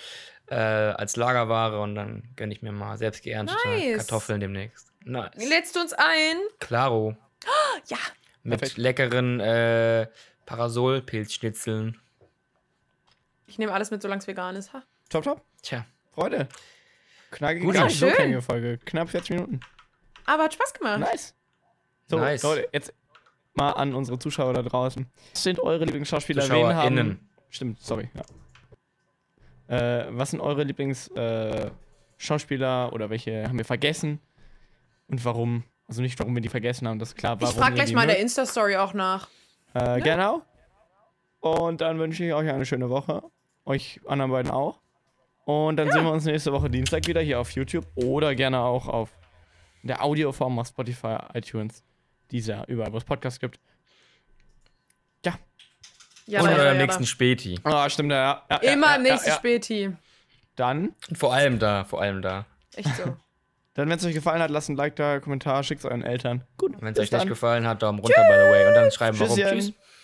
D: äh, als Lagerware und dann gönne ich mir mal selbst geerntete
C: Nice.
D: Kartoffeln demnächst. Nice.
C: Lädst du uns ein?
D: Claro.
C: Ja.
D: Mit
B: Perfekt.
D: leckeren äh, Parasolpilzschnitzeln.
C: Ich nehme alles mit, solange es vegan ist. Ha.
B: top, top.
D: Tja,
B: Freude. Knackige
D: Gut,
B: gar
D: ja,
B: nicht so
C: schön.
B: kleine Folge. Knapp 40 Minuten.
C: Aber hat Spaß gemacht.
B: Nice. So,
D: Nice.
B: Leute, jetzt mal an unsere Zuschauer da draußen. Was sind eure Lieblingsschauspieler? Wen haben-
D: ZuschauerInnen.
B: Stimmt, sorry. Ja. Äh, was sind eure Lieblingsschauspieler äh, Schauspieler oder welche haben wir vergessen? Und warum? Also nicht, warum wir die vergessen haben, das ist klar.
C: Ich
B: Warum
C: frage
B: wir
C: gleich
B: die
C: mal in der
B: mögen.
C: Insta-Story auch nach.
B: Äh, Genau. Und dann wünsche ich euch eine schöne Woche. Euch anderen beiden auch. Und dann sehen wir uns nächste Woche Dienstag wieder hier auf YouTube oder gerne auch auf der Audioform auf Spotify, iTunes, dieser, überall, wo es Podcasts gibt.
C: Ja, aber,
D: und eurem
C: ja,
D: nächsten
C: aber.
D: Späti.
B: Ah, stimmt, ja. ja, ja
C: Immer
B: ja,
C: am nächsten
B: ja, ja.
C: Späti.
B: Dann,
D: Und vor allem da, vor allem da.
C: Echt so.
B: dann wenn es euch gefallen hat, lasst ein Like da, Kommentar, schickt es euren Eltern. Gut,
D: Wenn
B: bis
D: es euch nicht
B: dann.
D: gefallen hat, Daumen runter, by the way. Und dann schreiben, warum.
B: Tschüsschen.
D: Tschüss.